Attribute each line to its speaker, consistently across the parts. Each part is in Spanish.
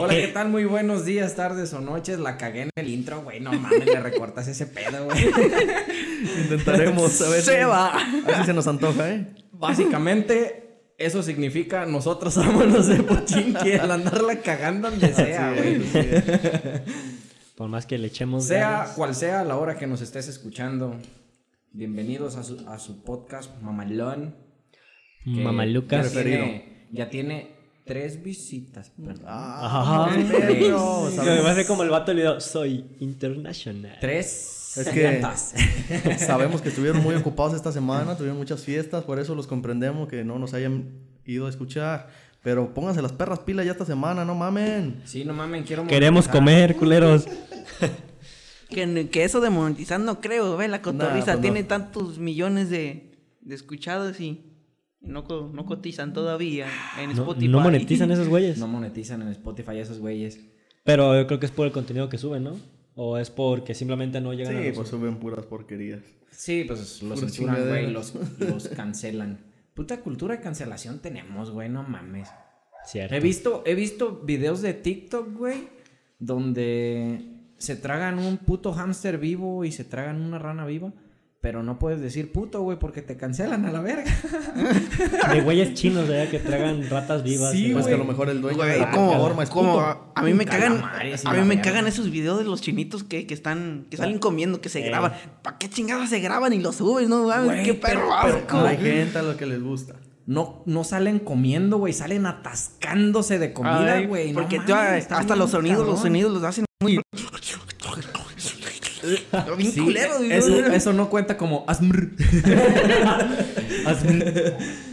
Speaker 1: Hola, ¿qué tal? Muy buenos días, tardes o noches. La cagué en el intro, güey. No mames, le recortas ese pedo, güey.
Speaker 2: Intentaremos a ver.
Speaker 3: Se
Speaker 2: si-
Speaker 3: va.
Speaker 2: A ver si se nos antoja, ¿eh?
Speaker 1: Básicamente, eso significa nosotros vámonos de pochinqui, al andarla cagando donde sea, güey.
Speaker 4: Por más que le echemos
Speaker 1: Sea
Speaker 4: ganas.
Speaker 1: cual sea la hora que nos estés escuchando, bienvenidos a su, a su podcast Mamalón. que
Speaker 4: Mamalucas.
Speaker 1: Ya tiene, ya tiene tres visitas. perdón.
Speaker 2: Ah.
Speaker 4: Ajá.
Speaker 1: Tres.
Speaker 2: Perro,
Speaker 4: Lo
Speaker 2: ¿sabes?
Speaker 4: demás es como el vato le dio, soy international.
Speaker 1: Tres.
Speaker 2: Es que-
Speaker 1: visitas.
Speaker 2: Sabemos que estuvieron muy ocupados esta semana, tuvieron muchas fiestas, por eso los comprendemos que no nos hayan ido a escuchar. Pero pónganse las perras pilas ya esta semana, no mamen.
Speaker 1: Sí, no mames, quiero
Speaker 4: Queremos
Speaker 1: monetizar.
Speaker 4: comer, culeros.
Speaker 3: Que, que eso de monetizar no creo, ve, la
Speaker 2: Nah,
Speaker 3: cotorriza
Speaker 2: pues no.
Speaker 3: tiene tantos millones de, de escuchados y no, co- no cotizan todavía en
Speaker 4: No,
Speaker 3: Spotify.
Speaker 4: no monetizan esos güeyes.
Speaker 1: No monetizan en Spotify esos güeyes.
Speaker 4: Pero yo creo que es por el contenido que suben, ¿no? O es porque simplemente no llegan a
Speaker 2: Sí,
Speaker 4: los-
Speaker 2: pues suben puras porquerías.
Speaker 1: Sí, pues los
Speaker 2: Pura
Speaker 1: censuran,
Speaker 2: chingadera.
Speaker 1: güey, los, los cancelan. Puta cultura de cancelación tenemos, güey, no mames.
Speaker 4: Cierto.
Speaker 1: He visto, he visto videos de TikTok, güey, donde se tragan un puto hámster vivo y se tragan una rana viva, pero no puedes decir puto, güey, porque te cancelan a la verga.
Speaker 4: De güeyes chinos, ¿verdad? Que tragan ratas vivas.
Speaker 1: Sí,
Speaker 4: y-
Speaker 2: Pues
Speaker 1: güey.
Speaker 2: que a lo mejor el dueño de
Speaker 3: Güey,
Speaker 2: la
Speaker 3: como-
Speaker 2: plataforma es
Speaker 3: como
Speaker 2: puto.
Speaker 3: a, a mí me cagan,
Speaker 1: Calamares y
Speaker 3: a
Speaker 1: la
Speaker 3: mí me
Speaker 1: verga.
Speaker 3: cagan esos videos de los chinitos que, que están, que salen comiendo, que se
Speaker 4: Eh.
Speaker 3: graban. ¿Para qué chingados se graban y los suben? No mames,
Speaker 1: Güey,
Speaker 3: qué perro
Speaker 1: pero-
Speaker 3: asco.
Speaker 2: Hay gente a la que les gusta.
Speaker 1: No, no salen comiendo, güey, salen atascándose de comida,
Speaker 3: Ay,
Speaker 1: güey. no
Speaker 3: Porque tú-
Speaker 1: mames, está
Speaker 3: hasta
Speaker 1: bien
Speaker 3: los sonidos,
Speaker 1: cabrón.
Speaker 3: los sonidos los hacen muy. Bien
Speaker 1: Sí, e-,
Speaker 3: culero, güey.
Speaker 1: eso, eso no cuenta como asmr.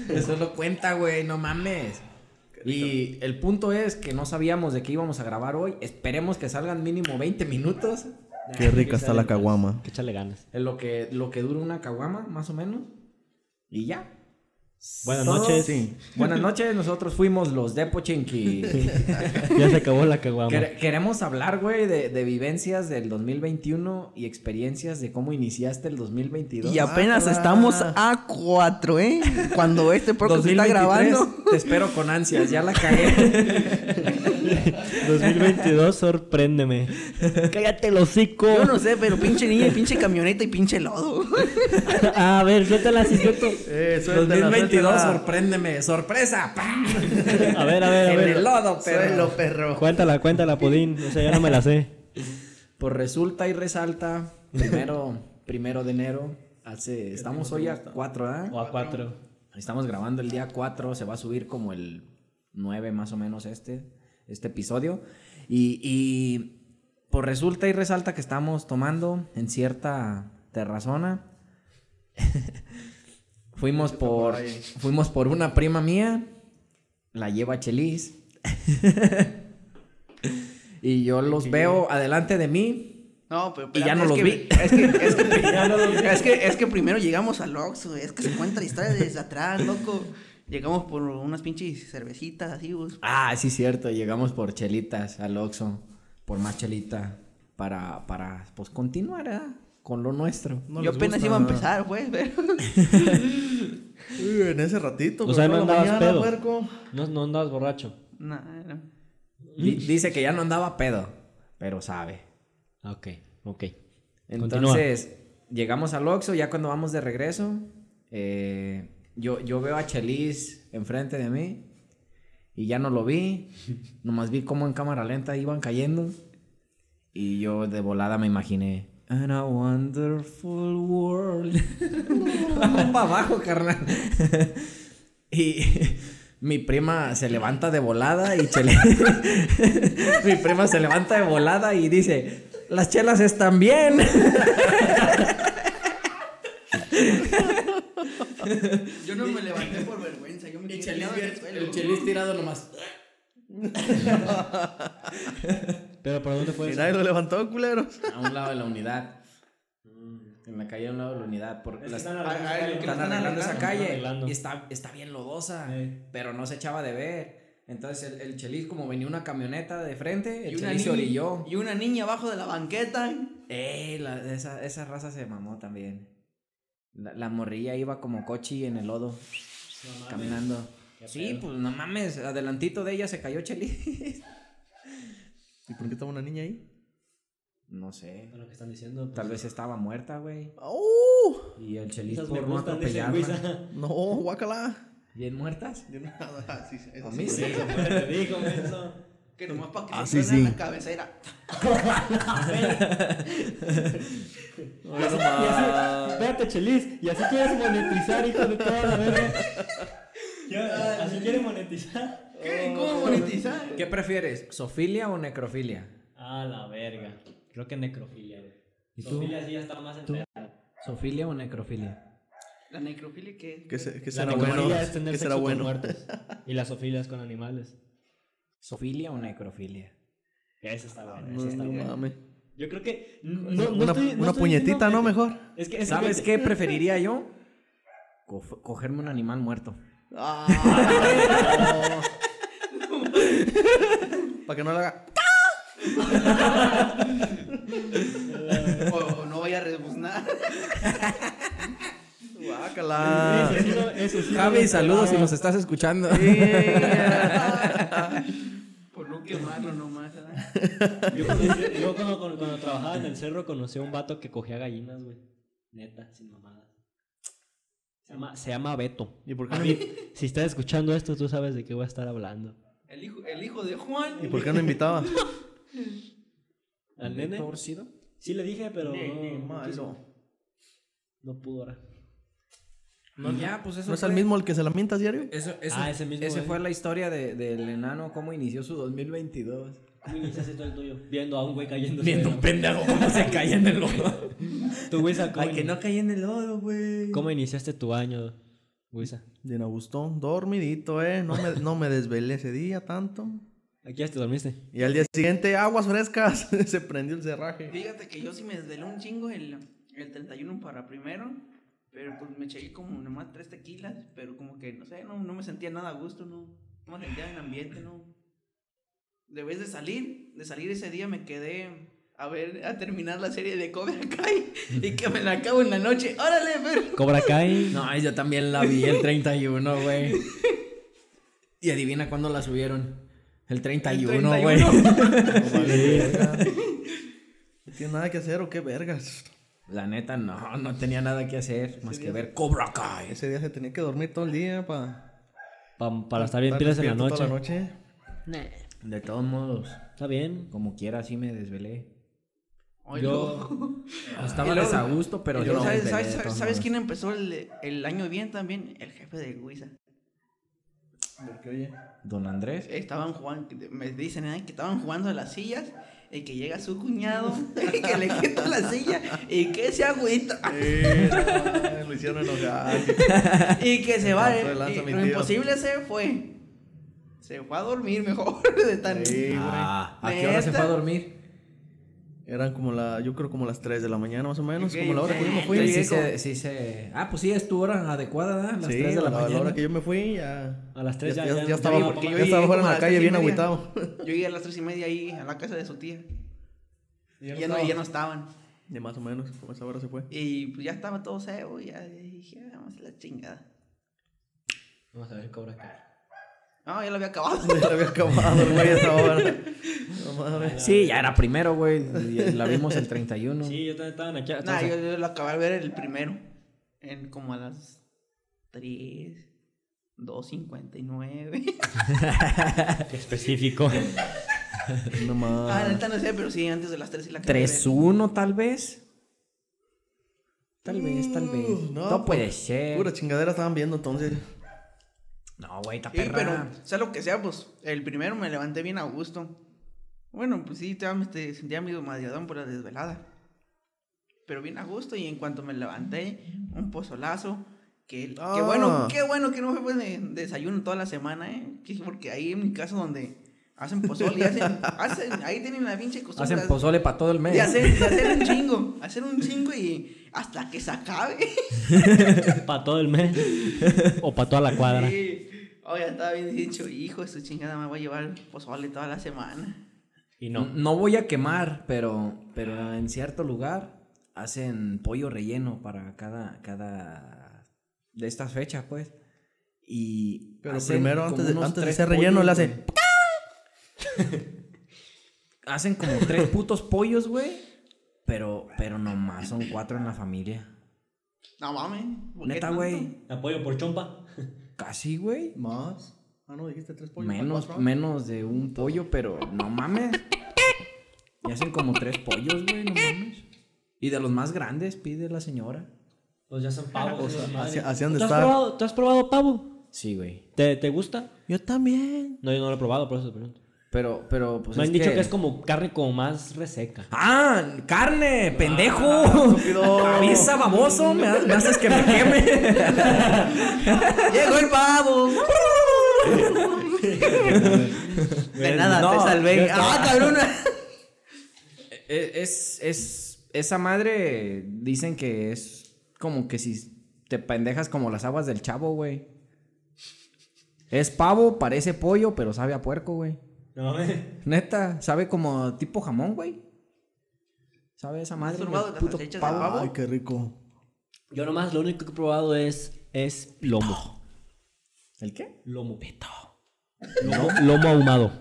Speaker 1: Eso no cuenta, güey, no mames. Y el punto es que no sabíamos de qué íbamos a grabar hoy. Esperemos que salgan mínimo 20 minutos.
Speaker 2: Qué rica está la
Speaker 1: caguama.
Speaker 2: caguama.
Speaker 4: Que échale ganas.
Speaker 1: Lo que, lo que dura una caguama, más o menos. Y ya.
Speaker 4: Buenas
Speaker 1: Todo.
Speaker 4: noches.
Speaker 2: Sí.
Speaker 1: Buenas noches, nosotros fuimos los de Pochinki.
Speaker 4: Ya se acabó la caguama.
Speaker 1: Quere- queremos hablar, güey, de, de vivencias del 2021 y experiencias de cómo iniciaste el 2022.
Speaker 3: Y apenas
Speaker 2: Ah,
Speaker 3: estamos
Speaker 2: claro.
Speaker 3: a cuatro, ¿eh? Cuando este podcast se está
Speaker 1: 2023,
Speaker 3: grabando.
Speaker 1: Te espero con ansias, ya la cagué.
Speaker 4: 2022, sorpréndeme. Cállate el hocico.
Speaker 3: Yo no sé, pero pinche niña, y pinche camioneta y pinche lodo.
Speaker 4: a ver, suéltala, sí, suelto.
Speaker 2: Eh, suéltela,
Speaker 1: 2022,
Speaker 2: suéltela.
Speaker 1: sorpréndeme, sorpresa. ¡pam!
Speaker 4: A ver, a ver, a
Speaker 1: En el
Speaker 4: ver.
Speaker 1: lodo, pero.
Speaker 2: Suelo, perro.
Speaker 4: Cuéntala, cuéntala, Pudín. O sea, ya no me la sé.
Speaker 1: Pues resulta y resalta, primero, primero de enero, hace, estamos hoy a 4, ¿ah?
Speaker 4: O a cuatro.
Speaker 1: Estamos grabando el día 4, se va a subir como el 9 más o menos este, este episodio. Y, y pues resulta y resalta que estamos tomando en cierta terrazona. fuimos, por, fuimos por una prima mía, la lleva Chelis. y yo los veo adelante de mí.
Speaker 3: No, pero.
Speaker 1: Y ya no
Speaker 3: espérate,
Speaker 1: los
Speaker 3: es
Speaker 1: vi.
Speaker 3: que- Es que, es que, es que, es que primero llegamos al Oxxo, es que se cuenta la historia desde atrás, loco. Llegamos por unas pinches cervecitas así, pues.
Speaker 1: Ah, sí, cierto. Llegamos por chelitas al Oxxo. Por más chelita. Para, para pues, continuar ¿verdad? con lo nuestro.
Speaker 2: No
Speaker 3: Yo
Speaker 2: les
Speaker 3: apenas
Speaker 2: gusta,
Speaker 3: iba a
Speaker 2: no.
Speaker 3: empezar, pues, pero.
Speaker 2: Uy, en ese ratito.
Speaker 4: O
Speaker 2: pero toda
Speaker 4: sea, no
Speaker 2: la
Speaker 4: andabas
Speaker 2: mañana,
Speaker 4: pedo.
Speaker 2: puerco.
Speaker 4: No, no andabas borracho.
Speaker 3: No, no.
Speaker 1: Di- dice que ya no andaba pedo, pero sabe.
Speaker 4: Ah, Ok, ok. Continúa.
Speaker 1: Entonces, llegamos al Oxxo. Ya cuando vamos de regreso, eh, yo, yo veo a Chelis enfrente de mí. Y ya no lo vi. Nomás vi cómo en cámara lenta iban cayendo. Y yo de volada me imaginé. And a wonderful world. Vamos para abajo, carnal. y mi prima se levanta de volada y chele... mi prima se levanta de volada y dice, las chelas están bien.
Speaker 3: Yo no me levanté por vergüenza, yo me
Speaker 1: tirado nomás.
Speaker 4: Pero ¿por dónde fue
Speaker 2: Y
Speaker 4: eso?
Speaker 2: nadie lo levantó, culeros.
Speaker 1: A un lado de la unidad. En la calle a un lado de la unidad. Porque las-
Speaker 4: Mm. están arreglando
Speaker 3: Ah, ah,
Speaker 4: la
Speaker 3: el
Speaker 4: calle.
Speaker 3: que
Speaker 1: están arreglando esa
Speaker 4: Están
Speaker 1: calle
Speaker 4: arreglando.
Speaker 1: y está, está bien lodosa,
Speaker 4: Ey.
Speaker 1: pero no se echaba de ver. Entonces el, el Chelis, como venía una camioneta de frente,
Speaker 3: Y
Speaker 1: el
Speaker 3: una,
Speaker 1: Chelis se orilló.
Speaker 3: niña, y una niña abajo de la banqueta.
Speaker 1: Ey, la- esa, esa raza se mamó también. La, la morrilla iba como cochi en el lodo. caminando.
Speaker 4: Qué
Speaker 1: Sí,
Speaker 4: pedo.
Speaker 1: pues no mames, adelantito de ella se cayó Chelis.
Speaker 2: ¿Y por qué estaba una niña ahí?
Speaker 1: No sé.
Speaker 4: Con lo que están diciendo. pues,
Speaker 1: Tal vez estaba muerta, güey.
Speaker 2: ¡Oh!
Speaker 1: Y el Chelis
Speaker 4: esas me
Speaker 1: por no
Speaker 4: gustan, dice el
Speaker 1: atropellarla.
Speaker 4: Luisa.
Speaker 2: No, guácala.
Speaker 1: ¿Bien muertas?
Speaker 2: Yo no- Ah, sí, sí, esa
Speaker 1: A
Speaker 2: sí.
Speaker 1: mí sí.
Speaker 4: Eso fue, te digo, menso.
Speaker 3: Que nomás para que
Speaker 2: Ah,
Speaker 3: se
Speaker 2: sí,
Speaker 3: suene
Speaker 2: sí.
Speaker 3: la cabecera.
Speaker 4: Y así- y así- Espérate, Chelis. Y así quieres monetizar, hijo de toda la verga. Ya, Así quieres monetizar.
Speaker 3: ¿Qué? ¿Cómo monetizar?
Speaker 1: ¿Qué prefieres? ¿Sofilia o necrofilia?
Speaker 4: A la verga. Creo que necrofilia, güey.
Speaker 1: ¿Y tú?
Speaker 4: Sofilia sí ya está más enterada.
Speaker 1: ¿Sofilia o necrofilia?
Speaker 3: La necrofilia que
Speaker 2: ¿Qué, se- qué
Speaker 4: La
Speaker 2: será bueno?
Speaker 4: necrofilia es tener
Speaker 2: ¿Qué
Speaker 4: sexo
Speaker 2: será
Speaker 4: con
Speaker 2: bueno?
Speaker 4: muertos. Y la sofilia es con animales.
Speaker 1: ¿Sofilia o necrofilia?
Speaker 4: Esa está buena,
Speaker 2: Ah, No,
Speaker 4: esa está
Speaker 2: no
Speaker 4: buena.
Speaker 2: mames.
Speaker 4: Yo creo que. No, no
Speaker 2: una
Speaker 4: estoy- no
Speaker 2: una
Speaker 4: estoy
Speaker 2: puñetita,
Speaker 4: diciendo
Speaker 2: ¿no?
Speaker 4: que-
Speaker 2: Mejor.
Speaker 4: Es que, es que
Speaker 1: ¿Sabes
Speaker 4: fíjate,
Speaker 1: qué preferiría yo? Cof- cogerme un animal muerto.
Speaker 2: Ah, Para que no le haga.
Speaker 3: O, o no vaya a rebuznar.
Speaker 2: Guácala.
Speaker 4: Ese sí lo- ese sí lo-
Speaker 1: Javi, saludos si nos estás escuchando.
Speaker 3: Por no quemarlo nomás. ¿eh? ¿verdad?
Speaker 4: Yo, conocí- yo cuando, cuando- cuando trabajaba en el cerro conocí a un vato que cogía gallinas, güey. Neta, sin mamadas. Se llama, se llama Beto.
Speaker 2: ¿Y por qué no-
Speaker 4: Javi, si estás escuchando esto, tú sabes de qué voy a estar hablando.
Speaker 3: El hijo, el hijo de Juan.
Speaker 2: ¿Y por qué no invitaba?
Speaker 4: ¿Al nene?
Speaker 1: Torcido.
Speaker 4: Sí le dije, pero
Speaker 2: Nene
Speaker 4: no, no, quiso.
Speaker 2: malo.
Speaker 4: no pudo ahora.
Speaker 1: No, ya, pues eso
Speaker 2: ¿No es
Speaker 1: fue-
Speaker 2: el mismo el que se lamenta diario?
Speaker 1: Eso, eso,
Speaker 4: Ah, ese mismo,
Speaker 1: ese
Speaker 4: eh.
Speaker 1: fue la historia de- del enano, cómo inició su 2022.
Speaker 4: ¿Cómo iniciaste todo el tuyo? Viendo a un güey cayendo.
Speaker 1: pendejo cómo se caía en el lodo.
Speaker 4: Tú, Wisa, ¿cómo,
Speaker 1: Ay, que no caía en el lodo, güey.
Speaker 4: ¿cómo iniciaste tu año, Wisa?
Speaker 2: Bien a gusto, dormidito, eh. No me, no me desvelé ese día tanto.
Speaker 4: Aquí ya te dormiste.
Speaker 2: Y al día siguiente, aguas frescas. se prendió el cerraje.
Speaker 3: Fíjate que yo sí me desvelé un chingo el, el 31 para primero. Pero pues me eché como nomás tres tequilas. Pero como que, no sé, no, no me sentía nada a gusto, no. No me sentía en ambiente, no. De vez de salir, de salir ese día me quedé a ver, a terminar la serie de Cobra Kai. Y que me la acabo en la noche. ¡Órale, pero!
Speaker 4: Cobra Kai.
Speaker 1: No, ay, yo también la vi el 31, güey. Y adivina cuándo la subieron. El 31, güey.
Speaker 2: No vale, verga. No tiene nada que hacer o qué vergas.
Speaker 1: La neta, no, no tenía nada que hacer más que ver Cobra Kai.
Speaker 2: Ese día se tenía que dormir todo el día pa-
Speaker 4: Pa- para estar
Speaker 2: para.
Speaker 4: bien pilas en la
Speaker 2: Ah, despierto
Speaker 4: noche.
Speaker 2: toda noche.
Speaker 1: De todos modos,
Speaker 4: Está bien.
Speaker 1: como quiera, sí me desvelé.
Speaker 3: Ay,
Speaker 4: Yo-
Speaker 3: no.
Speaker 2: Ah.
Speaker 1: Estaba
Speaker 3: Y luego-
Speaker 1: desagusto, pero
Speaker 3: Pero
Speaker 1: yo
Speaker 3: ¿Sabes, sabes- sabes- sabes quién empezó el, el año bien también? El jefe de Guisa.
Speaker 2: Porque, oye,
Speaker 1: Don Andrés.
Speaker 2: Eh,
Speaker 3: Estaban jugando, me dicen ay, que estaban jugando a las sillas y que llega su cuñado y que le quita la silla y que se agüita
Speaker 2: eh, no mames, lo hicieron enojar.
Speaker 3: y que se va.
Speaker 2: Lanza,
Speaker 3: eh,
Speaker 2: lanza,
Speaker 3: y
Speaker 2: mi
Speaker 3: lo
Speaker 2: tío.
Speaker 3: imposible se fue. Se fue a dormir mejor de tan...
Speaker 2: Sí, güey.
Speaker 1: Ah, ¿A qué hora se fue a dormir?
Speaker 2: Eran como la, yo creo como las 3 de la mañana más o menos,
Speaker 3: Ok,
Speaker 2: como la hora que yo me fui.
Speaker 1: Sí,
Speaker 2: Sí,
Speaker 1: sí se, sí se- Ah, pues sí, es tu hora adecuada, ¿verdad? Las 3 de la,
Speaker 2: a
Speaker 1: mañana.
Speaker 2: a hora que yo me fui ya.
Speaker 4: A las tres ya-
Speaker 2: ya,
Speaker 4: ya-
Speaker 2: ya estaba,
Speaker 4: Sí,
Speaker 2: ya
Speaker 4: porque yo
Speaker 2: estaba
Speaker 3: llegué
Speaker 2: fuera
Speaker 3: como
Speaker 2: en
Speaker 3: a
Speaker 2: la
Speaker 3: las
Speaker 2: calle
Speaker 3: tres y
Speaker 2: bien
Speaker 3: media.
Speaker 2: agüitado.
Speaker 3: Yo llegué a las tres y media ahí a la casa de su tía. Y ya, no, ya no estaban.
Speaker 2: De más o menos, como a esa hora se fue.
Speaker 3: Y pues ya estaba todo cebo y ya dije, "Ah, vamos a la chingada.
Speaker 4: Vamos a ver Cobra Kai.
Speaker 3: No, ya lo había acabado.
Speaker 2: Ya había acabado el güey a esa hora. No mames.
Speaker 1: Sí, ya era primero, güey. y La vimos el 31.
Speaker 4: Sí, yo también estaba en aquí.
Speaker 3: Nah, yo, yo lo acabé de ver el primero. En como a las 3, 2.59.
Speaker 4: específico.
Speaker 2: No
Speaker 3: Ah,
Speaker 2: mames.
Speaker 3: neta no sé, pero sí, antes de las 3 y la acabé de ver.
Speaker 1: 3-1, tal vez. Tal vez, tal vez.
Speaker 2: Uh,
Speaker 1: No,
Speaker 2: no,
Speaker 1: puede
Speaker 2: pues,
Speaker 1: ser.
Speaker 2: Pura chingadera estaban viendo entonces.
Speaker 1: No, güey, está
Speaker 3: Sí, pero
Speaker 1: perra.
Speaker 3: sea lo que sea, pues el primero me levanté bien a gusto. Bueno, pues sí, ya me este, sentía medio madriadón por la desvelada. Pero bien a gusto y en cuanto me levanté, un pozolazo. Que, que
Speaker 2: Ah.
Speaker 3: bueno, qué bueno que no me fue de, de desayuno toda la semana, ¿eh? Que- Porque ahí en mi casa donde hacen pozol y hacen, hacen ahí tienen la pinche costumbre.
Speaker 1: Hacen pozole para todo el mes.
Speaker 3: De hacer, de hacer un chingo, hacer un chingo y hasta que se acabe.
Speaker 4: para todo el mes. O para toda la cuadra.
Speaker 3: Sí. Oh, ya estaba bien dicho, hijo de su chingada, me voy a llevar pozole toda la semana.
Speaker 4: Y
Speaker 1: No.
Speaker 4: no.
Speaker 1: voy a quemar, pero, pero en cierto lugar hacen pollo relleno para cada, cada de estas fechas, pues. Y.
Speaker 2: Pero
Speaker 1: hacen
Speaker 2: primero,
Speaker 1: como
Speaker 2: antes de,
Speaker 1: unos
Speaker 2: antes de
Speaker 1: tres
Speaker 2: ser relleno,
Speaker 1: pollos,
Speaker 2: le
Speaker 1: güey.
Speaker 2: hace.
Speaker 1: Hacen como tres putos pollos, güey. Pero, pero nomás son cuatro en la familia.
Speaker 3: No mames. ¿por qué
Speaker 1: Neta,
Speaker 3: tanto?
Speaker 1: güey.
Speaker 4: Apoyo por chompa.
Speaker 1: Casi, güey.
Speaker 2: Más. Ah, no, dijiste tres pollos.
Speaker 1: Menos,
Speaker 2: cuatro.
Speaker 1: menos de un pollo, pero no mames. Y hacen como tres pollos, güey, no mames. Y de los más grandes pide la señora.
Speaker 4: Pues ya son pavos.
Speaker 2: O sea,
Speaker 4: esas madres.
Speaker 2: hacia- hacia dónde
Speaker 4: ¿Tú has
Speaker 2: está.
Speaker 4: probado- ¿Tú has probado pavo?
Speaker 1: Sí, güey.
Speaker 4: ¿Te, ¿Te gusta?
Speaker 2: Yo también.
Speaker 4: No, yo no lo he probado, por eso te pregunto.
Speaker 1: Pero, pero, pues.
Speaker 4: Me han dicho que... es como carne como más reseca.
Speaker 1: ¡Ah! ¡Carne! ¡Pendejo!
Speaker 2: estúpido.
Speaker 1: ¡Avisa, baboso! Me, ha- me haces que me queme.
Speaker 3: Llegó el pavo. De nada,
Speaker 1: no,
Speaker 3: te
Speaker 1: yo
Speaker 3: salvé.
Speaker 1: estaba-
Speaker 3: Ah, cabrón.
Speaker 1: E- es, es, esa madre dicen que es como que si te pendejas como las aguas del chavo, güey. Es pavo, parece pollo, pero sabe a puerco, güey.
Speaker 4: No mames.
Speaker 1: Neta, sabe como tipo jamón, güey. ¿Sabe esa madre?
Speaker 3: turbado
Speaker 1: güey?
Speaker 3: las
Speaker 1: Puto
Speaker 3: salchichas de
Speaker 1: pavo.
Speaker 3: pavo.
Speaker 2: Ay, qué rico.
Speaker 4: Yo nomás lo único que he probado es, es lomo.
Speaker 1: ¿El qué?
Speaker 4: Lomo. Pito. Lomo, lomo ahumado.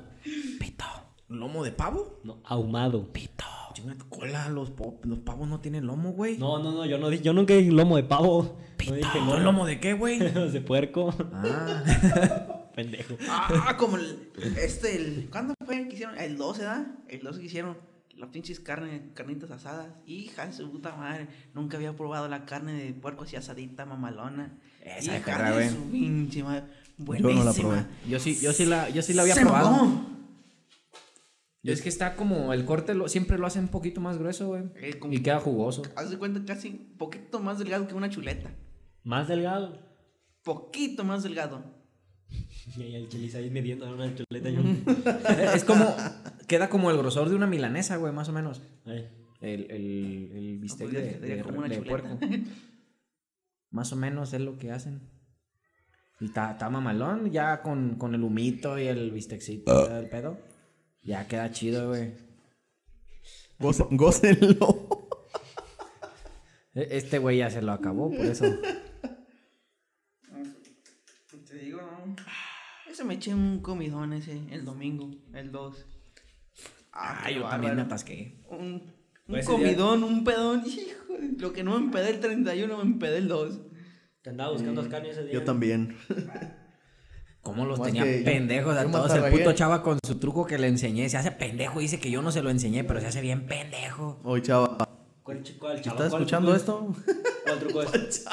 Speaker 1: Pito. ¿Lomo de pavo?
Speaker 4: No, ahumado. Pito.
Speaker 1: Chinga tu cola, los, po- los pavos no tienen lomo, güey.
Speaker 4: No, no, no, yo no dije, yo nunca dije lomo de pavo. No dije
Speaker 1: ¿Son
Speaker 4: lomo.
Speaker 1: lomo de qué, güey?
Speaker 4: de puerco.
Speaker 1: ah.
Speaker 4: Pendejo.
Speaker 3: Ah, como el, este, el. ¿Cuándo fue que hicieron? El 12, ¿da? El 12 que hicieron las pinches carnes, carnitas asadas. Hija de su puta madre. Nunca había probado la carne de puerco así asadita, mamalona.
Speaker 1: Esa
Speaker 3: Hija
Speaker 1: de perra,
Speaker 3: de
Speaker 1: güey.
Speaker 3: su pinche madre.
Speaker 2: no la
Speaker 3: Buenísima.
Speaker 2: probé.
Speaker 1: Yo sí, yo sí la, yo sí la había
Speaker 3: Se
Speaker 1: probado.
Speaker 3: mamó.
Speaker 1: Es que está como el corte lo- siempre lo hace un poquito más grueso, güey.
Speaker 3: Eh, como-
Speaker 1: Y queda jugoso.
Speaker 3: Haz de cuenta casi poquito más delgado que una chuleta.
Speaker 4: Más delgado.
Speaker 3: Poquito más delgado.
Speaker 4: Y ahí el chelis ahí midiendo una chuleta. Yo...
Speaker 1: es como queda como el grosor de una milanesa, güey, más o menos.
Speaker 4: Ay,
Speaker 1: El, el, el bistec
Speaker 3: Pues,
Speaker 1: de,
Speaker 3: sería
Speaker 1: de-
Speaker 3: como una
Speaker 1: de
Speaker 3: chuleta.
Speaker 1: puerco. Más o menos es lo que hacen. Y está está mamalón, ya con, con el humito y el bistecito, y todo el pedo. Ya queda chido, güey.
Speaker 2: Goce- Gócenlo.
Speaker 1: E- Este güey ya se lo acabó, por eso.
Speaker 3: Te digo, no. Ah, Ese me eché un comidón ese, el domingo, el 2. Ah,
Speaker 1: Ah,
Speaker 3: qué
Speaker 1: yo también me
Speaker 3: bárbaro.
Speaker 1: atasqué.
Speaker 3: Un, un
Speaker 4: Pues ese día-
Speaker 3: comidón, un pedón, hijo. de- Lo que no me empedé el 31, me empedé el 2.
Speaker 4: Te andaba buscando las carnes ese día.
Speaker 2: Eh, Yo también.
Speaker 1: ¿Cómo los
Speaker 2: Nomás
Speaker 1: tenía
Speaker 2: que yo-
Speaker 1: pendejos a
Speaker 2: yo
Speaker 1: todos? El
Speaker 2: matarragué.
Speaker 1: puto chava con su truco que le enseñé. Se hace pendejo. Dice que yo no se lo enseñé, pero se hace bien pendejo.
Speaker 2: Oye, chava.
Speaker 4: ¿Cuál, chi- cuál,
Speaker 2: ¿Estás
Speaker 4: chava? ¿Cuál
Speaker 2: escuchando
Speaker 4: truco
Speaker 2: esto?
Speaker 4: es? ¿Cuál truco es?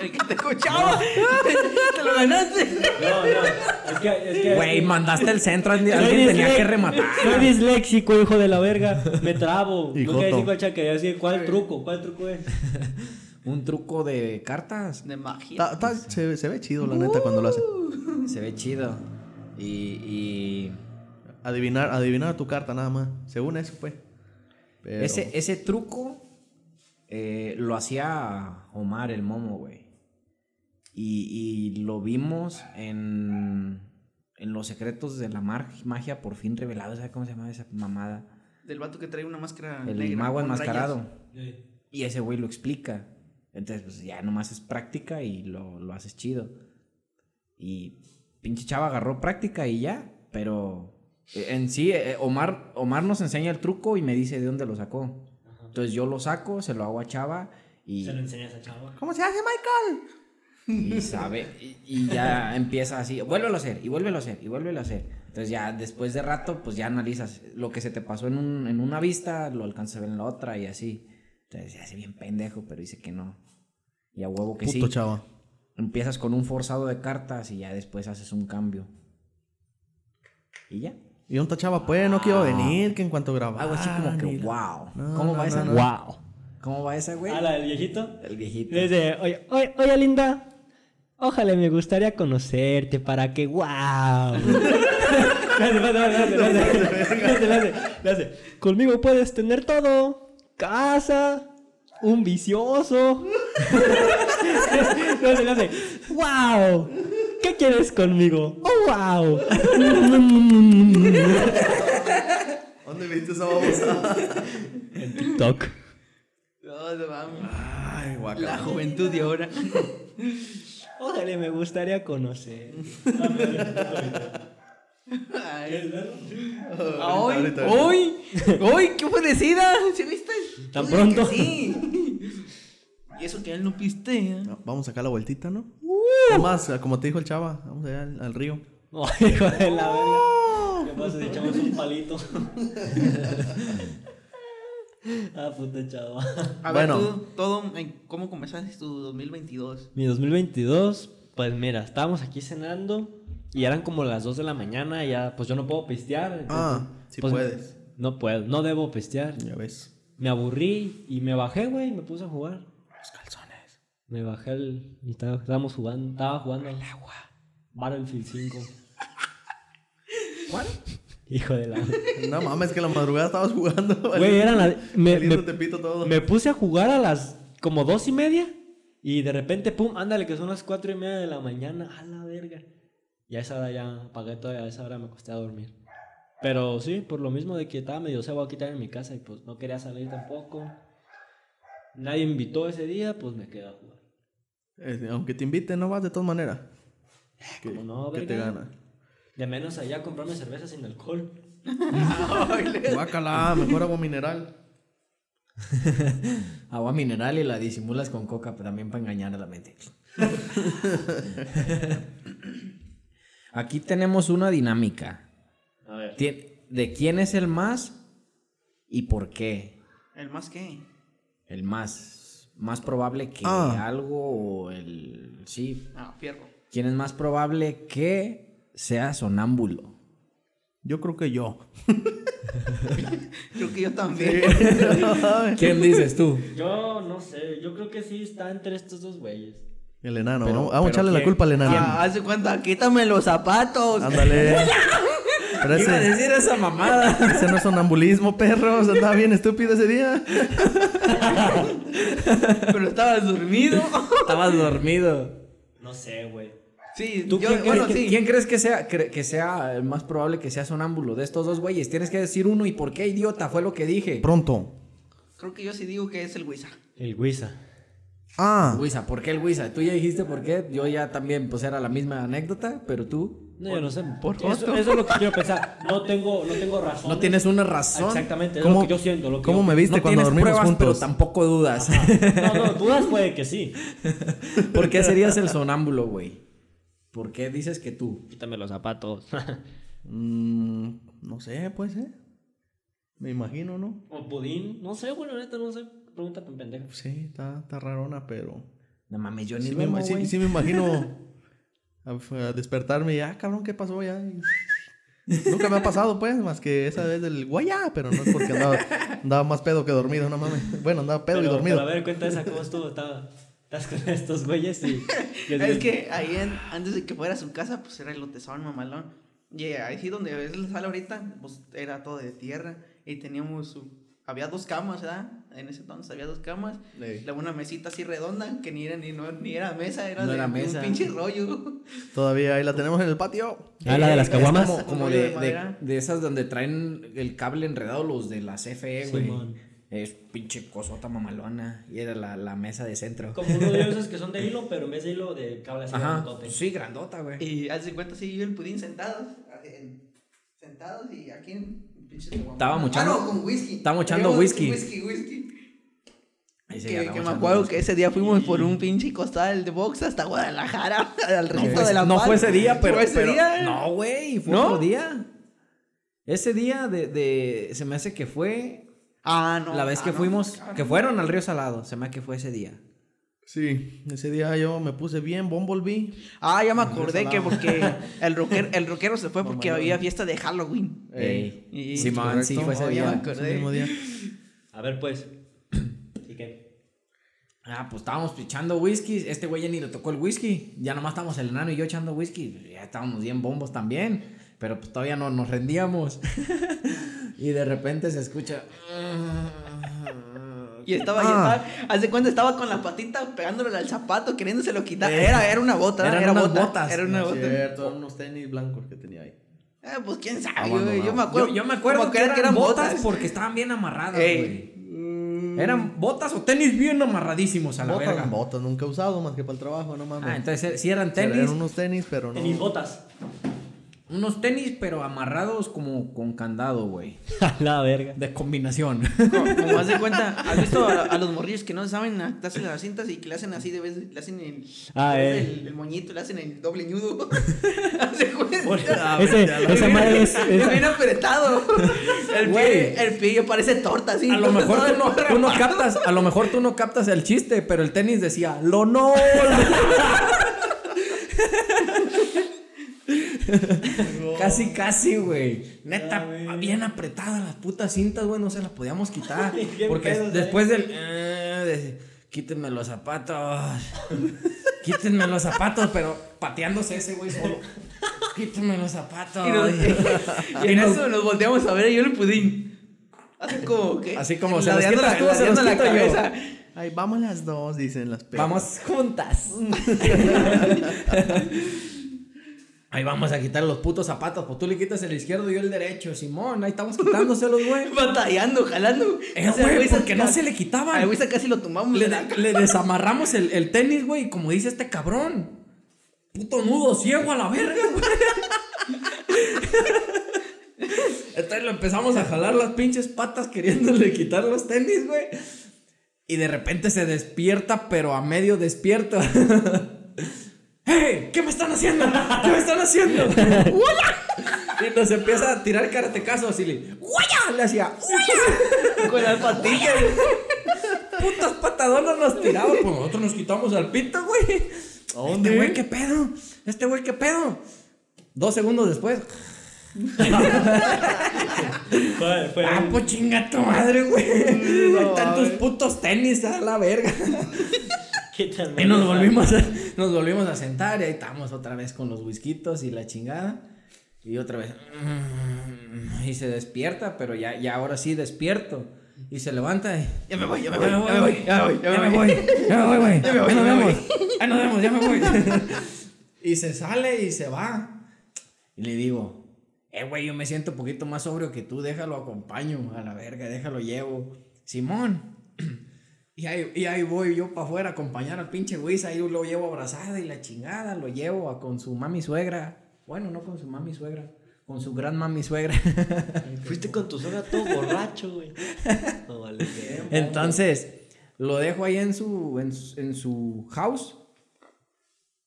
Speaker 3: El que te escuchaba, te lo ganaste.
Speaker 4: No, no. Es que. Es que
Speaker 1: Güey, mandaste el centro.
Speaker 4: Soy
Speaker 1: Alguien tenía
Speaker 4: dislex-
Speaker 1: que rematar.
Speaker 4: Soy disléxico, hijo de la verga. Me trabo.
Speaker 2: Y
Speaker 4: no quería decir
Speaker 2: joto.
Speaker 4: cuál chaquería, decir cuál truco, cuál truco es.
Speaker 1: Un truco de cartas.
Speaker 3: De magia.
Speaker 2: Ta- ta- se, se ve chido, la neta, cuando lo hace.
Speaker 1: Se ve chido. Y. y
Speaker 2: Adivinar, adivinar tu carta, nada más. Según eso, pues. Pero-
Speaker 1: Ese, ese truco eh, lo hacía Omar el Momo, güey. Y, y lo vimos en. En Los secretos de la mar- magia por fin revelado. ¿Sabes cómo se llama esa mamada?
Speaker 3: Del vato que trae una máscara.
Speaker 1: El
Speaker 3: Ah, negra
Speaker 1: mago
Speaker 3: con
Speaker 1: enmascarado.
Speaker 3: rayas.
Speaker 1: Y ese güey lo explica. Entonces, pues ya nomás es práctica y lo, lo haces chido. Y pinche chava agarró práctica y ya. Pero eh, en sí, eh, Omar, Omar nos enseña el truco y me dice de dónde lo sacó. Entonces yo lo saco, se lo hago a chava y,
Speaker 4: Se lo enseñas a chava.
Speaker 2: ¿Cómo se hace, Michael?
Speaker 1: y sabe. Y, y ya empieza así: vuélvelo a hacer, y vuélvelo a hacer, y vuélvelo a hacer. Entonces ya después de rato, pues ya analizas lo que se te pasó en, un- en una vista, lo alcanzas a ver en la otra y así. Entonces se hace bien pendejo, pero dice que no. Y a huevo que
Speaker 2: Puto
Speaker 1: sí.
Speaker 2: chava.
Speaker 1: Empiezas con un forzado de cartas y ya después haces un cambio. Y ya.
Speaker 2: Y un chava, pues, no quiero venir, que en cuanto grababa.
Speaker 1: Ah. Algo así como
Speaker 2: Ah,
Speaker 1: que, wow. ¿Cómo va esa?
Speaker 4: Wow.
Speaker 1: ¿Cómo va esa, güey?
Speaker 4: Ah, la del viejito.
Speaker 1: El viejito.
Speaker 4: Dice, oye, oye, oye, linda. Ojalá me gustaría conocerte para que wow. Conmigo puedes tener todo. Casa, un vicioso. Le hace, le hace, wow. ¿Qué quieres conmigo? Oh, wow.
Speaker 2: ¿Dónde viste esa babosa?
Speaker 4: Toc.
Speaker 3: No, no mames.
Speaker 2: Ay, guaca.
Speaker 3: La juventud de ahora.
Speaker 4: Ojalá, me gustaría conocer.
Speaker 3: Ay,
Speaker 4: ¿Quieres verlo?
Speaker 3: ah, hoy.
Speaker 2: ahorita.
Speaker 1: ¡Uy! ¡Uy! ¡Qué ofrecida!
Speaker 3: ¿Sí viste?
Speaker 4: ¿Tan
Speaker 3: Yo dije que
Speaker 4: pronto?
Speaker 3: Sí. Y eso que él no pistea.
Speaker 2: No, Vamos a sacar la vueltita, ¿no? Es más, como te dijo el chava, vamos allá al, al río.
Speaker 4: No, hijo de la verga. ¿Qué pasa si echamos un palito? ah, puta chava.
Speaker 3: A ver,
Speaker 2: Bueno.
Speaker 3: tú, todo, en- ¿cómo comenzaste tu 2022?
Speaker 4: Mi 2022, pues mira, estábamos aquí cenando y eran como las 2 de la mañana. y Ya, pues yo no puedo pistear.
Speaker 2: Ah,
Speaker 4: si
Speaker 2: sí puedes.
Speaker 4: No puedo, no debo pistear.
Speaker 2: Ya ves.
Speaker 4: Me aburrí y me bajé, güey, y me puse a jugar. Los calzones. Me bajé al. Y estaba- estábamos jugando, estaba jugando al agua. Battlefield 5.
Speaker 1: ¿Cuál?
Speaker 4: Hijo de la.
Speaker 2: No mames, que la madrugada estabas jugando.
Speaker 4: Güey, eran las. Me, me-
Speaker 2: te pito todo.
Speaker 4: me puse a jugar a las como dos y media. Y de repente, pum, ándale, que son las cuatro y media de la mañana. A la verga. Y a esa hora ya apagué todo y a esa hora me acosté a dormir. Pero sí, por lo mismo de que estaba medio sebo aquí también en mi casa y pues no quería salir tampoco. Nadie me invitó ese día, pues me quedé a jugar.
Speaker 2: Eh, aunque te inviten, no vas de todas maneras. Que,
Speaker 4: ¿Cómo no,
Speaker 2: que te
Speaker 4: verga?
Speaker 2: gana.
Speaker 4: De menos allá a comprarme cerveza sin alcohol.
Speaker 2: Guácala, mejor agua mineral.
Speaker 1: Agua mineral y la disimulas con coca pero también para engañar a la mente. Aquí tenemos una dinámica.
Speaker 4: A ver.
Speaker 1: Tien- ¿De quién es el más y por qué?
Speaker 3: ¿El más qué?
Speaker 1: El más. Más probable que
Speaker 2: Ah.
Speaker 1: algo o el. Sí.
Speaker 3: Ah, fierro.
Speaker 1: ¿Quién es más probable que sea sonámbulo?
Speaker 2: Yo creo que yo.
Speaker 3: Creo que yo también.
Speaker 1: ¿Quién dices tú?
Speaker 4: Yo no sé, yo creo que sí está entre estos dos güeyes.
Speaker 2: El enano.
Speaker 1: Pero-
Speaker 2: vamos vamos a
Speaker 1: pero
Speaker 2: echarle la
Speaker 1: ¿quién?
Speaker 2: culpa al enano.
Speaker 3: Ah, haz de cuenta, quítame los zapatos.
Speaker 2: Ándale. Pero
Speaker 1: Iba a
Speaker 2: ese,
Speaker 1: decir esa mamada.
Speaker 2: ese no es sonambulismo, perro. Se andaba bien estúpido ese día.
Speaker 3: Pero estabas dormido.
Speaker 1: Estabas dormido.
Speaker 4: No sé, güey.
Speaker 3: Sí,
Speaker 4: ¿Tú
Speaker 3: yo,
Speaker 4: quién
Speaker 3: bueno,
Speaker 4: crees
Speaker 1: ¿Qui-
Speaker 3: sí.
Speaker 1: ¿Quién crees que sea, cre- que sea el más probable que sea sonámbulo de estos dos güeyes? Tienes que decir uno y por qué, idiota, fue lo que dije.
Speaker 2: Pronto.
Speaker 3: Creo que yo sí digo que es el Wisa.
Speaker 4: El Guisa.
Speaker 2: Ah,
Speaker 1: Luisa, ¿por qué el Luisa? Tú ya dijiste por qué. Yo ya también, pues era la misma anécdota, pero tú
Speaker 4: No, yo no sé.
Speaker 2: por
Speaker 4: eso,
Speaker 2: Joto.
Speaker 4: eso es lo que quiero pensar. No tengo, no tengo razón.
Speaker 1: no tienes una razón.
Speaker 4: Exactamente, es
Speaker 2: ¿Cómo-
Speaker 4: lo que yo siento. Lo que
Speaker 2: ¿Cómo
Speaker 4: yo-
Speaker 2: me viste
Speaker 1: no
Speaker 2: cuando
Speaker 1: tienes
Speaker 2: dormimos
Speaker 1: pruebas,
Speaker 2: juntos?
Speaker 1: pero tampoco dudas.
Speaker 4: Ah, No, no, dudas puede que sí.
Speaker 1: ¿Por qué serías el sonámbulo, güey? ¿Por qué dices que tú?
Speaker 4: Quítame los zapatos.
Speaker 2: Mm, no sé, pues, ¿eh? Me imagino, ¿no?
Speaker 4: o pudín. No sé, güey, la neta, no sé. Pregunta tan pendeja.
Speaker 2: Sí, está, está rarona, pero.
Speaker 1: No mames,
Speaker 4: Pues
Speaker 1: yo ni
Speaker 2: Sí me,
Speaker 1: duermo,
Speaker 2: ima- sí-
Speaker 1: güey.
Speaker 2: sí me imagino a, a despertarme y, ah, cabrón, ¿qué pasó ya? Y- Nunca me ha pasado, pues, más que esa vez del guayá, pero no es porque andaba, andaba más pedo que dormido, no mames. Bueno, andaba pedo y dormido.
Speaker 4: pero a ver, cuenta esa cómo estuvo. Estaba, estás con estos güeyes y. les
Speaker 3: Es
Speaker 4: dices,
Speaker 3: que ahí en- antes de que fuera a su casa, pues era el lotezón mamalón. Y ahí sí donde es la sala ahorita, pues era todo de tierra. Y teníamos su- Había dos camas, ¿verdad? En ese entonces había dos camas.
Speaker 2: Ey.
Speaker 3: La- Una mesita así redonda, que ni era, ni, no, ni era mesa, era,
Speaker 1: No
Speaker 3: de,
Speaker 1: era
Speaker 3: de
Speaker 1: mesa.
Speaker 3: un pinche rollo.
Speaker 2: Todavía ahí la tenemos en el patio.
Speaker 4: Ah, la de las
Speaker 1: Es
Speaker 4: caguamas.
Speaker 1: Como, como
Speaker 3: Un
Speaker 1: de,
Speaker 3: rollo de
Speaker 1: de-
Speaker 3: madera.
Speaker 1: de esas donde traen el cable enredado los de la CFE, güey.
Speaker 4: Simón.
Speaker 1: es pinche cosota mamalona. Y era la, la mesa de centro.
Speaker 4: Como uno de esos que son de hilo, pero en vez de hilo, de cable así.
Speaker 1: Ajá.
Speaker 4: grandote.
Speaker 1: Sí, grandota, güey.
Speaker 3: Y hace cuenta, sí, yo y el pudín sentados. así, en- Sentados y aquí en en pinche caguama.
Speaker 1: Estaba mochando-
Speaker 3: Ah, no, con whisky.
Speaker 1: estaba mochando
Speaker 3: Teníamos
Speaker 1: whisky.
Speaker 3: Whisky, whisky.
Speaker 1: Ahí se
Speaker 3: Que,
Speaker 1: agarraba
Speaker 3: que me
Speaker 1: echando
Speaker 3: acuerdo
Speaker 1: los-
Speaker 3: que ese día fuimos por un pinche costal de box hasta Guadalajara, al
Speaker 1: No,
Speaker 3: recinto
Speaker 1: fue-
Speaker 3: de la
Speaker 1: no
Speaker 3: Paz.
Speaker 1: fue ese día, pero.
Speaker 3: Fue ese
Speaker 1: pero-
Speaker 3: día. eh.
Speaker 1: No, güey, fue
Speaker 3: ¿No?
Speaker 1: otro día. Ese día de, de- Se me hace que fue.
Speaker 3: Ah, no.
Speaker 1: la vez
Speaker 3: ah,
Speaker 1: que
Speaker 3: no,
Speaker 1: fuimos.
Speaker 3: cabrón.
Speaker 1: Que fueron al Río Salado. Se me hace que fue ese día.
Speaker 2: Sí, ese día yo me puse bien, Bumblebee.
Speaker 3: Ah, ya me
Speaker 1: pues,
Speaker 3: acordé que
Speaker 2: Salado.
Speaker 3: porque el rocker, el rockero se fue porque había fiesta de Halloween.
Speaker 1: Ey.
Speaker 3: Y-
Speaker 1: Simón, sí,
Speaker 2: Correcto.
Speaker 1: fue ese
Speaker 2: Oh, ya me
Speaker 1: día.
Speaker 2: acordé.
Speaker 3: Ese mismo
Speaker 4: A ver, pues. ¿Y qué?
Speaker 1: Ah, pues estábamos pichando whisky. Este güey ya ni le tocó el whisky. Ya nomás estábamos el enano y yo echando whisky. Ya estábamos bien bombos también. Pero pues todavía no nos rendíamos. y de repente se escucha.
Speaker 3: Y estaba,
Speaker 2: Ah.
Speaker 3: ya estaba, hace cuenta estaba con la patita pegándole al zapato, queriéndoselo quitar. Era, era una bota,
Speaker 1: Eh. Eran
Speaker 3: era
Speaker 1: unas
Speaker 3: bota,
Speaker 1: botas.
Speaker 3: Era una
Speaker 2: No es
Speaker 3: bota.
Speaker 2: cierto, eran unos tenis blancos que tenía ahí.
Speaker 3: Ah, pues quién sabe,
Speaker 1: Ah,
Speaker 3: güey.
Speaker 1: bueno,
Speaker 3: Yo
Speaker 1: no.
Speaker 3: me acuerdo.
Speaker 1: Yo, yo me acuerdo que eran, botas,
Speaker 3: botas.
Speaker 1: porque estaban bien amarradas,
Speaker 3: Ey.
Speaker 1: güey. Eran botas o tenis bien amarradísimos a la
Speaker 2: botas,
Speaker 1: verga.
Speaker 2: botas, nunca he usado más que para el trabajo, no mames.
Speaker 1: Ah, entonces sí eran
Speaker 2: Pero
Speaker 1: tenis.
Speaker 2: Eran unos tenis, pero no.
Speaker 4: En mis botas.
Speaker 1: Unos tenis, pero amarrados como con candado, güey.
Speaker 4: A la verga.
Speaker 1: De combinación.
Speaker 3: Como, como haz de cuenta, ¿has visto a, a los morrillos que no saben atarse las cintas y que le hacen así de vez, le hacen el,
Speaker 4: Ah,
Speaker 3: le hacen
Speaker 4: eh.
Speaker 3: el, el moñito, le hacen el doble ñudo? haz de
Speaker 4: Por-
Speaker 3: cuenta.
Speaker 4: ese- esa madre es.
Speaker 3: Es
Speaker 4: esa-
Speaker 3: bien apretado. El
Speaker 1: Güey.
Speaker 3: pie, el pie parece torta, así.
Speaker 1: A lo mejor
Speaker 3: Todo
Speaker 1: tú no, tú no
Speaker 3: remado.
Speaker 1: captas, a lo mejor tú no captas el chiste, pero el tenis decía, lo no. casi, casi, güey. Neta,
Speaker 4: Ah, güey.
Speaker 1: bien apretadas las putas cintas, güey, no se las podíamos quitar.
Speaker 4: Ay, qué
Speaker 1: porque
Speaker 4: pedos,
Speaker 1: después del... eh, de- quítenme los zapatos. quítenme los zapatos, pero pateándose ese, güey, solo. Quítenme los zapatos.
Speaker 3: Y, nos- y en eso nos volteamos a ver y yo le pudín. Así como que.
Speaker 1: Así como se
Speaker 3: se
Speaker 1: los
Speaker 3: ladeando
Speaker 1: quitas
Speaker 3: la,
Speaker 1: tú, se
Speaker 3: ladeando
Speaker 1: los
Speaker 3: la
Speaker 1: quito yo.
Speaker 3: cabeza.
Speaker 2: Ay, vamos las dos, dicen las perras.
Speaker 1: Vamos juntas. Ahí vamos a quitar los putos zapatos. Pues tú le quitas el izquierdo y yo el derecho. Simón, ahí estamos quitándoselos, güey.
Speaker 3: Batallando, jalando.
Speaker 1: Eh,
Speaker 3: Ese
Speaker 1: güey,
Speaker 3: güey
Speaker 1: porque no
Speaker 3: saca-
Speaker 1: se le quitaban.
Speaker 3: Al güey casi lo tomamos.
Speaker 1: Le,
Speaker 3: de la-
Speaker 1: le desamarramos el, el tenis, güey. Y como dice este cabrón, puto nudo ciego a la verga, güey. Entonces le empezamos a jalar las pinches patas queriéndole quitar los tenis, güey. Y de repente se despierta, pero a medio despierta. ¡Hey! ¿Qué me están haciendo? ¿Qué me están haciendo? ¡Hola! Y nos empieza a tirar karatecazos y le... ¡Guaya! Le hacía... ¡Guaya!
Speaker 3: Con las patillas.
Speaker 1: putas patadonas nos tiraba. Pues nosotros nos quitamos al pito, güey.
Speaker 2: dónde?
Speaker 1: Este güey, qué pedo. Este güey, qué pedo. Dos segundos después.
Speaker 4: Fue- fue-
Speaker 1: Ah, pues chinga tu madre, güey. Ahí Están tus
Speaker 2: mames.
Speaker 1: putos tenis a la verga.
Speaker 4: Quítame
Speaker 1: Y nos
Speaker 4: esa-
Speaker 1: volvimos a, nos volvimos a sentar y ahí estamos otra vez con los whiskitos y la chingada. Y otra vez. mm, Y se despierta, pero ya, ya ahora sí despierto. Y se levanta y.
Speaker 3: Ya me voy, ya me voy,
Speaker 1: Ya
Speaker 3: ya me voy, ya me voy,
Speaker 1: ya me voy, ya me voy, güey.
Speaker 3: Ya me voy,
Speaker 1: Ahí nos
Speaker 3: ya me
Speaker 1: vemos. Ahí nos vemos, ya me voy. Y se sale y se va. Y le digo, eh, güey, yo me siento un poquito más sobrio que tú, déjalo acompaño a la verga, déjalo llevo. Simón. Y ahí, y ahí voy yo para afuera a acompañar al pinche güey, ahí lo llevo abrazada y la chingada, lo llevo a con su mami suegra. Bueno, no con su mami suegra, con su gran mami suegra.
Speaker 4: Fuiste con tu soga todo borracho, güey. No vale. verga.
Speaker 1: Entonces, lo dejo ahí en su, en, su- en su house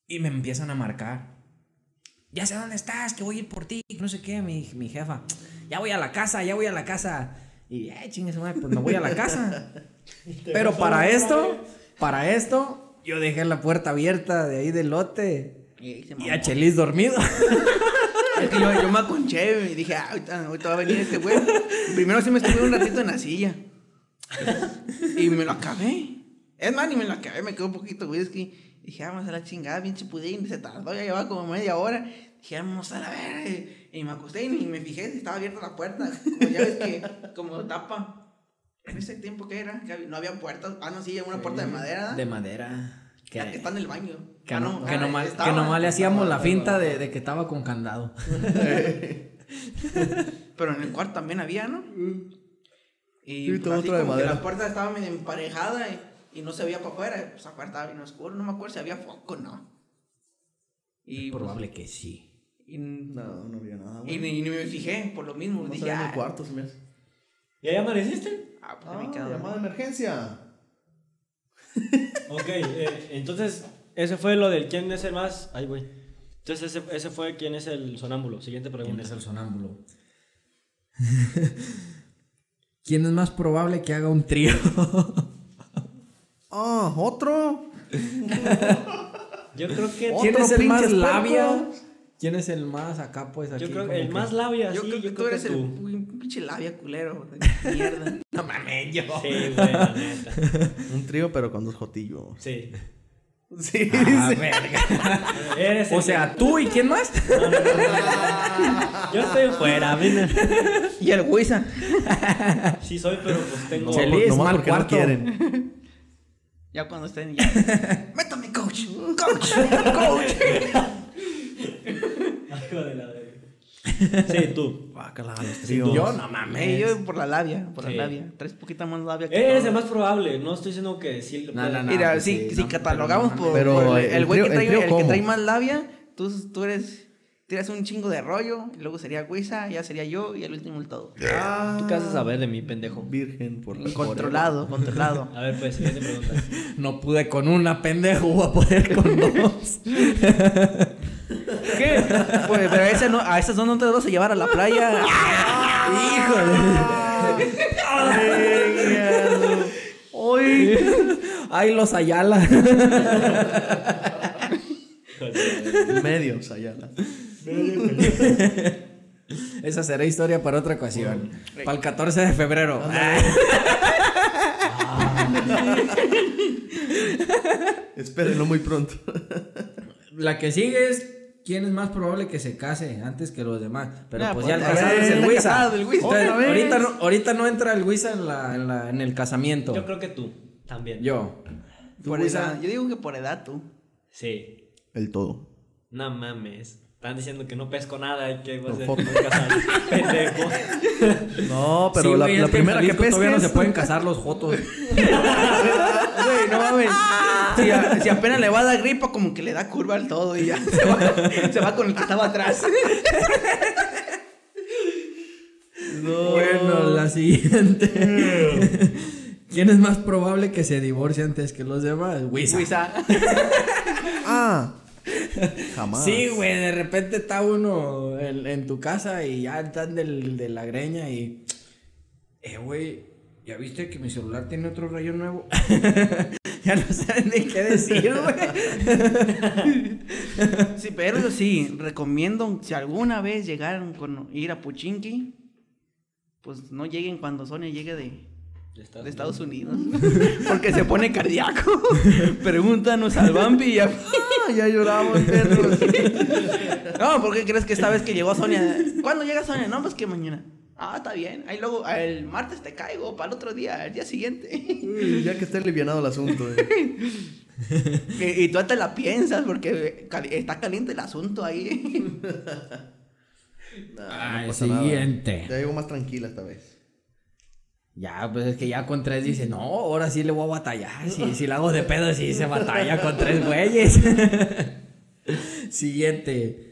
Speaker 1: y me empiezan a marcar. Ya sé dónde estás, que voy a ir por ti, que no sé qué, mi, mi jefa. Ya voy a la casa, ya voy a la casa. Y, eh, chingue su madre, pues me voy a la casa. Pero para esto, para esto, yo dejé la puerta abierta de ahí del lote
Speaker 3: Y se
Speaker 1: y
Speaker 3: mamó.
Speaker 1: a Chelis dormido.
Speaker 3: Es que yo, yo me aconché y dije, ah, ahorita, ahorita va a venir este güey. Primero sí me estuve un ratito en la silla. Y me lo acabé. Es más, ni me lo acabé, me quedó un poquito, güey. Es que dije, "Ah, vamos a la chingada, pinche pudín. Se tardó, ya llevaba como media hora. Dije, vamos a la verga. Y me acosté y ni me fijé si estaba abierta la puerta. Como ya ves que, como tapa. En ese tiempo que era, Que no había puertas. Ah, no, sí, una puerta de madera.
Speaker 1: De madera. Que,
Speaker 3: La que está en el baño.
Speaker 1: que
Speaker 3: Ah,
Speaker 1: no- que
Speaker 3: ah,
Speaker 1: nomás-
Speaker 3: estaba.
Speaker 1: que nomás le hacíamos la finta de, de que estaba con candado.
Speaker 3: Pero en el cuarto también había, ¿no?
Speaker 2: Mm.
Speaker 3: Y
Speaker 2: Sí, todo
Speaker 3: así
Speaker 2: otro de
Speaker 3: como que
Speaker 2: madera.
Speaker 3: la puerta estaba medio emparejada y, y no se veía para afuera. Pues afuera estaba bien oscuro, no me acuerdo si había foco, no. Y, pues,
Speaker 1: Probable que sí.
Speaker 3: y, y
Speaker 2: No, no había nada, güey.
Speaker 3: ni, ni me fijé, por lo mismo.
Speaker 2: Vamos a
Speaker 3: dije,
Speaker 2: ver en
Speaker 3: ah,
Speaker 2: el cuarto, se me hace.
Speaker 4: ¿Y ahí amaneciste?
Speaker 3: ah, pues
Speaker 2: Ah,
Speaker 3: me quedo.
Speaker 2: llamada de emergencia.
Speaker 4: Ok, eh, entonces, ese fue lo del quién es el más. Ay, güey. Entonces, ese, ese fue quién es el sonámbulo. Siguiente
Speaker 1: ¿Quién
Speaker 4: pregunta.
Speaker 1: es el sonámbulo? ¿Quién es más probable que haga un trío?
Speaker 2: Ah, otro.
Speaker 4: Yo creo que.
Speaker 2: Otro
Speaker 1: ¿Quién es el más
Speaker 2: pinche
Speaker 1: labia?
Speaker 2: puerco.
Speaker 1: ¿Quién es el más acá, pues aquí?
Speaker 4: Yo creo
Speaker 1: como
Speaker 4: que el más labia,
Speaker 3: Yo
Speaker 4: sí,
Speaker 3: creo que tú eres el pu- pinche labia culero de mierda.
Speaker 1: No mames, yo.
Speaker 4: Sí, güey, la neta.
Speaker 2: Un trío, pero con dos jotillos.
Speaker 4: Sí.
Speaker 2: Sí,
Speaker 1: Ah,
Speaker 2: dice.
Speaker 1: verga.
Speaker 4: Eres
Speaker 1: O
Speaker 4: el-
Speaker 1: sea, tú y quién más?
Speaker 4: Yo estoy fuera, mira.
Speaker 3: y el Wiza.
Speaker 4: Sí soy, pero pues tengo.
Speaker 1: Se Feliz,
Speaker 2: nomás
Speaker 1: mal
Speaker 2: porque
Speaker 1: cuarto.
Speaker 2: no quieren.
Speaker 3: Ya cuando estén ya. Métame, coach. Coach. Coach.
Speaker 4: Hijo de la verga. Sí, tú.
Speaker 2: Guácala, los
Speaker 4: Sin
Speaker 2: tríos.
Speaker 4: duda.
Speaker 3: Yo no mames, yo por la labia, por
Speaker 4: Sí.
Speaker 3: la labia. Traes poquita más labia que
Speaker 4: Eres
Speaker 3: todo.
Speaker 4: el más probable. No estoy diciendo que decirlo.
Speaker 1: No, no, no.
Speaker 3: Mira,
Speaker 1: pues
Speaker 3: si,
Speaker 1: sí,
Speaker 3: si
Speaker 1: no,
Speaker 3: catalogamos
Speaker 1: pero
Speaker 3: por,
Speaker 2: Pero eh,
Speaker 3: por
Speaker 2: el
Speaker 3: el, güey
Speaker 2: trío-
Speaker 3: que
Speaker 2: el
Speaker 3: trae,
Speaker 2: trío
Speaker 3: el que
Speaker 2: ¿cómo?
Speaker 3: trae más labia, tú, tú eres, tiras un chingo de rollo, y luego sería Guisa, ya sería yo y el último el todo.
Speaker 2: Ah,
Speaker 4: ¿Tú qué vas a saber de mí, pendejo?
Speaker 2: Virgen por la
Speaker 3: Controlado, controlado.
Speaker 4: A ver, pues, siguiente pregunta.
Speaker 1: No pude con una, pendejo, voy a poder con dos.
Speaker 3: ¿Qué? Pues, pero a esas no, a esas no te vas a llevar a la playa.
Speaker 1: Híjole.
Speaker 3: Hoy.
Speaker 1: Ay, los Ayala.
Speaker 2: Medios Ayala.
Speaker 1: Esa será historia para otra ocasión. Para el 14 de febrero.
Speaker 2: Espérenlo muy pronto.
Speaker 1: La que sigue es quién es más probable que se case antes que los demás. Pero
Speaker 3: Nah,
Speaker 1: pues
Speaker 3: pues,
Speaker 1: ya el
Speaker 3: ya
Speaker 1: casado
Speaker 3: está
Speaker 1: es el
Speaker 3: casado
Speaker 1: Wisa.
Speaker 3: el Wisa.
Speaker 1: Entonces,
Speaker 3: Otra vez.
Speaker 1: Ahorita no, ahorita no entra el Wisa en, la- en la- en el casamiento.
Speaker 4: Yo creo que tú también.
Speaker 1: Yo. ¿Tú,
Speaker 3: Por
Speaker 1: Wisa?
Speaker 3: edad. Yo digo que por edad tú.
Speaker 4: Sí.
Speaker 2: El todo.
Speaker 4: No mames. Están diciendo que no pesco nada y que vas
Speaker 2: No,
Speaker 4: a ser
Speaker 2: fuck.
Speaker 4: muy casado. Pendejo.
Speaker 2: No, pero
Speaker 1: Sí,
Speaker 2: la,
Speaker 1: güey, es
Speaker 2: la
Speaker 1: que en
Speaker 2: primera que
Speaker 1: Jalisco Todavía no
Speaker 2: pesques.
Speaker 1: se pueden casar los jotos.
Speaker 3: Güey, no mames. Ah. Si, a- si apenas le va a dar gripa, como que le da curva al todo y ya se va, se va con el que estaba atrás.
Speaker 2: No.
Speaker 1: Bueno, la siguiente. ¿Quién es más probable que se divorcie antes que los demás? Wisa.
Speaker 3: Luisa.
Speaker 2: Ah. Jamás.
Speaker 1: Sí, güey, de repente está uno en, en tu casa y ya están del, de la greña y... Eh, güey, ¿ya viste que mi celular tiene otro rayo nuevo? ya no saben ni qué decir, güey.
Speaker 3: Sí, pero eso sí, recomiendo si alguna vez llegaron con ir a Puchinki, pues no lleguen cuando Sonia llegue de, de Estados Unidos. Porque se pone cardíaco. Pregúntanos al Bambi y a-
Speaker 2: Ah, ya lloramos, perros.
Speaker 3: No, ¿por qué crees que esta vez que llegó Sonia? ¿Cuándo llega Sonia? No, pues que mañana. Ah, está bien. Ahí luego, el martes te caigo, para el otro día, el día siguiente.
Speaker 2: Uy, ya que está alivianado el asunto. eh.
Speaker 3: Y, y tú te la piensas porque cali- está caliente el asunto ahí.
Speaker 1: Ay,
Speaker 2: Ah, pasa nada.
Speaker 1: siguiente.
Speaker 2: Ya llego más tranquila esta vez.
Speaker 1: Ya, pues es que ya con tres dice, no, ahora sí le voy a batallar. Si, si la hago de pedo, sí se batalla con tres güeyes. Siguiente.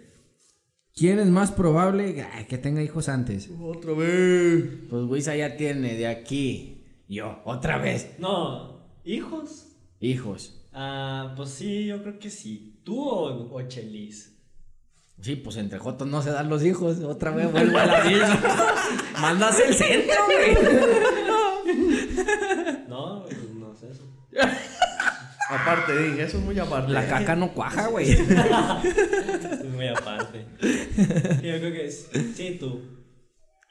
Speaker 1: ¿Quién es más probable ah, que tenga hijos antes?
Speaker 2: Otra vez.
Speaker 1: Pues Wisa ya tiene de aquí. Yo, otra vez.
Speaker 4: No. ¿Hijos?
Speaker 1: Hijos.
Speaker 4: Ah, pues sí, yo creo que sí. ¿Tú o, o Chelis?
Speaker 1: Sí, pues entre Jotos no se dan los hijos. Otra vez vuelvo a la misma. Mandas el centro, güey.
Speaker 4: No, pues no sé eso.
Speaker 2: Aparte, dije, eso es muy aparte.
Speaker 1: La caca no cuaja, güey.
Speaker 4: Es muy aparte. Sí, Yo creo que es. Sí, tú.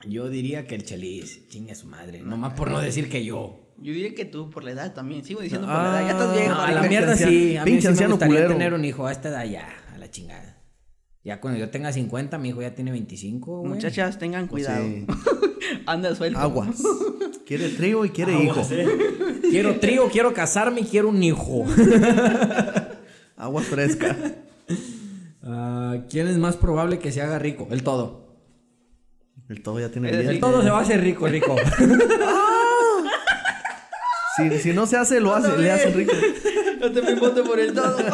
Speaker 1: Yo diría que el Chelis, chingue su madre. Nomás por no decir que yo.
Speaker 3: Yo diría que tú, por la edad también. Sigo diciendo por la
Speaker 2: Ah,
Speaker 3: edad. Ya estás viejo.
Speaker 1: No, a
Speaker 3: ahorita.
Speaker 1: la
Speaker 2: pinche
Speaker 1: mierda
Speaker 2: anciano-
Speaker 1: sí. A mí
Speaker 2: pinche
Speaker 1: sí me
Speaker 2: anciano
Speaker 1: gustaría
Speaker 2: culero.
Speaker 1: tener un hijo a esta edad ya, a la chingada. Ya cuando yo tenga 50, mi hijo ya tiene 25, güey.
Speaker 3: Muchachas, tengan cuidado.
Speaker 2: Sí.
Speaker 3: Anda suelto.
Speaker 2: Aguas. Quiere trigo y quiere hijo.
Speaker 4: Aguas, ¿eh?
Speaker 1: Quiero trío, quiero casarme y quiero un hijo.
Speaker 2: Aguas fresca.
Speaker 1: Ah, ¿Quién es más probable que se haga rico? El todo.
Speaker 2: El todo ya tiene
Speaker 3: El-
Speaker 2: bien.
Speaker 1: El todo se va a hacer rico, rico.
Speaker 2: Si, si no se hace, lo hace. Le hace rico.
Speaker 3: No te me voto por el todo.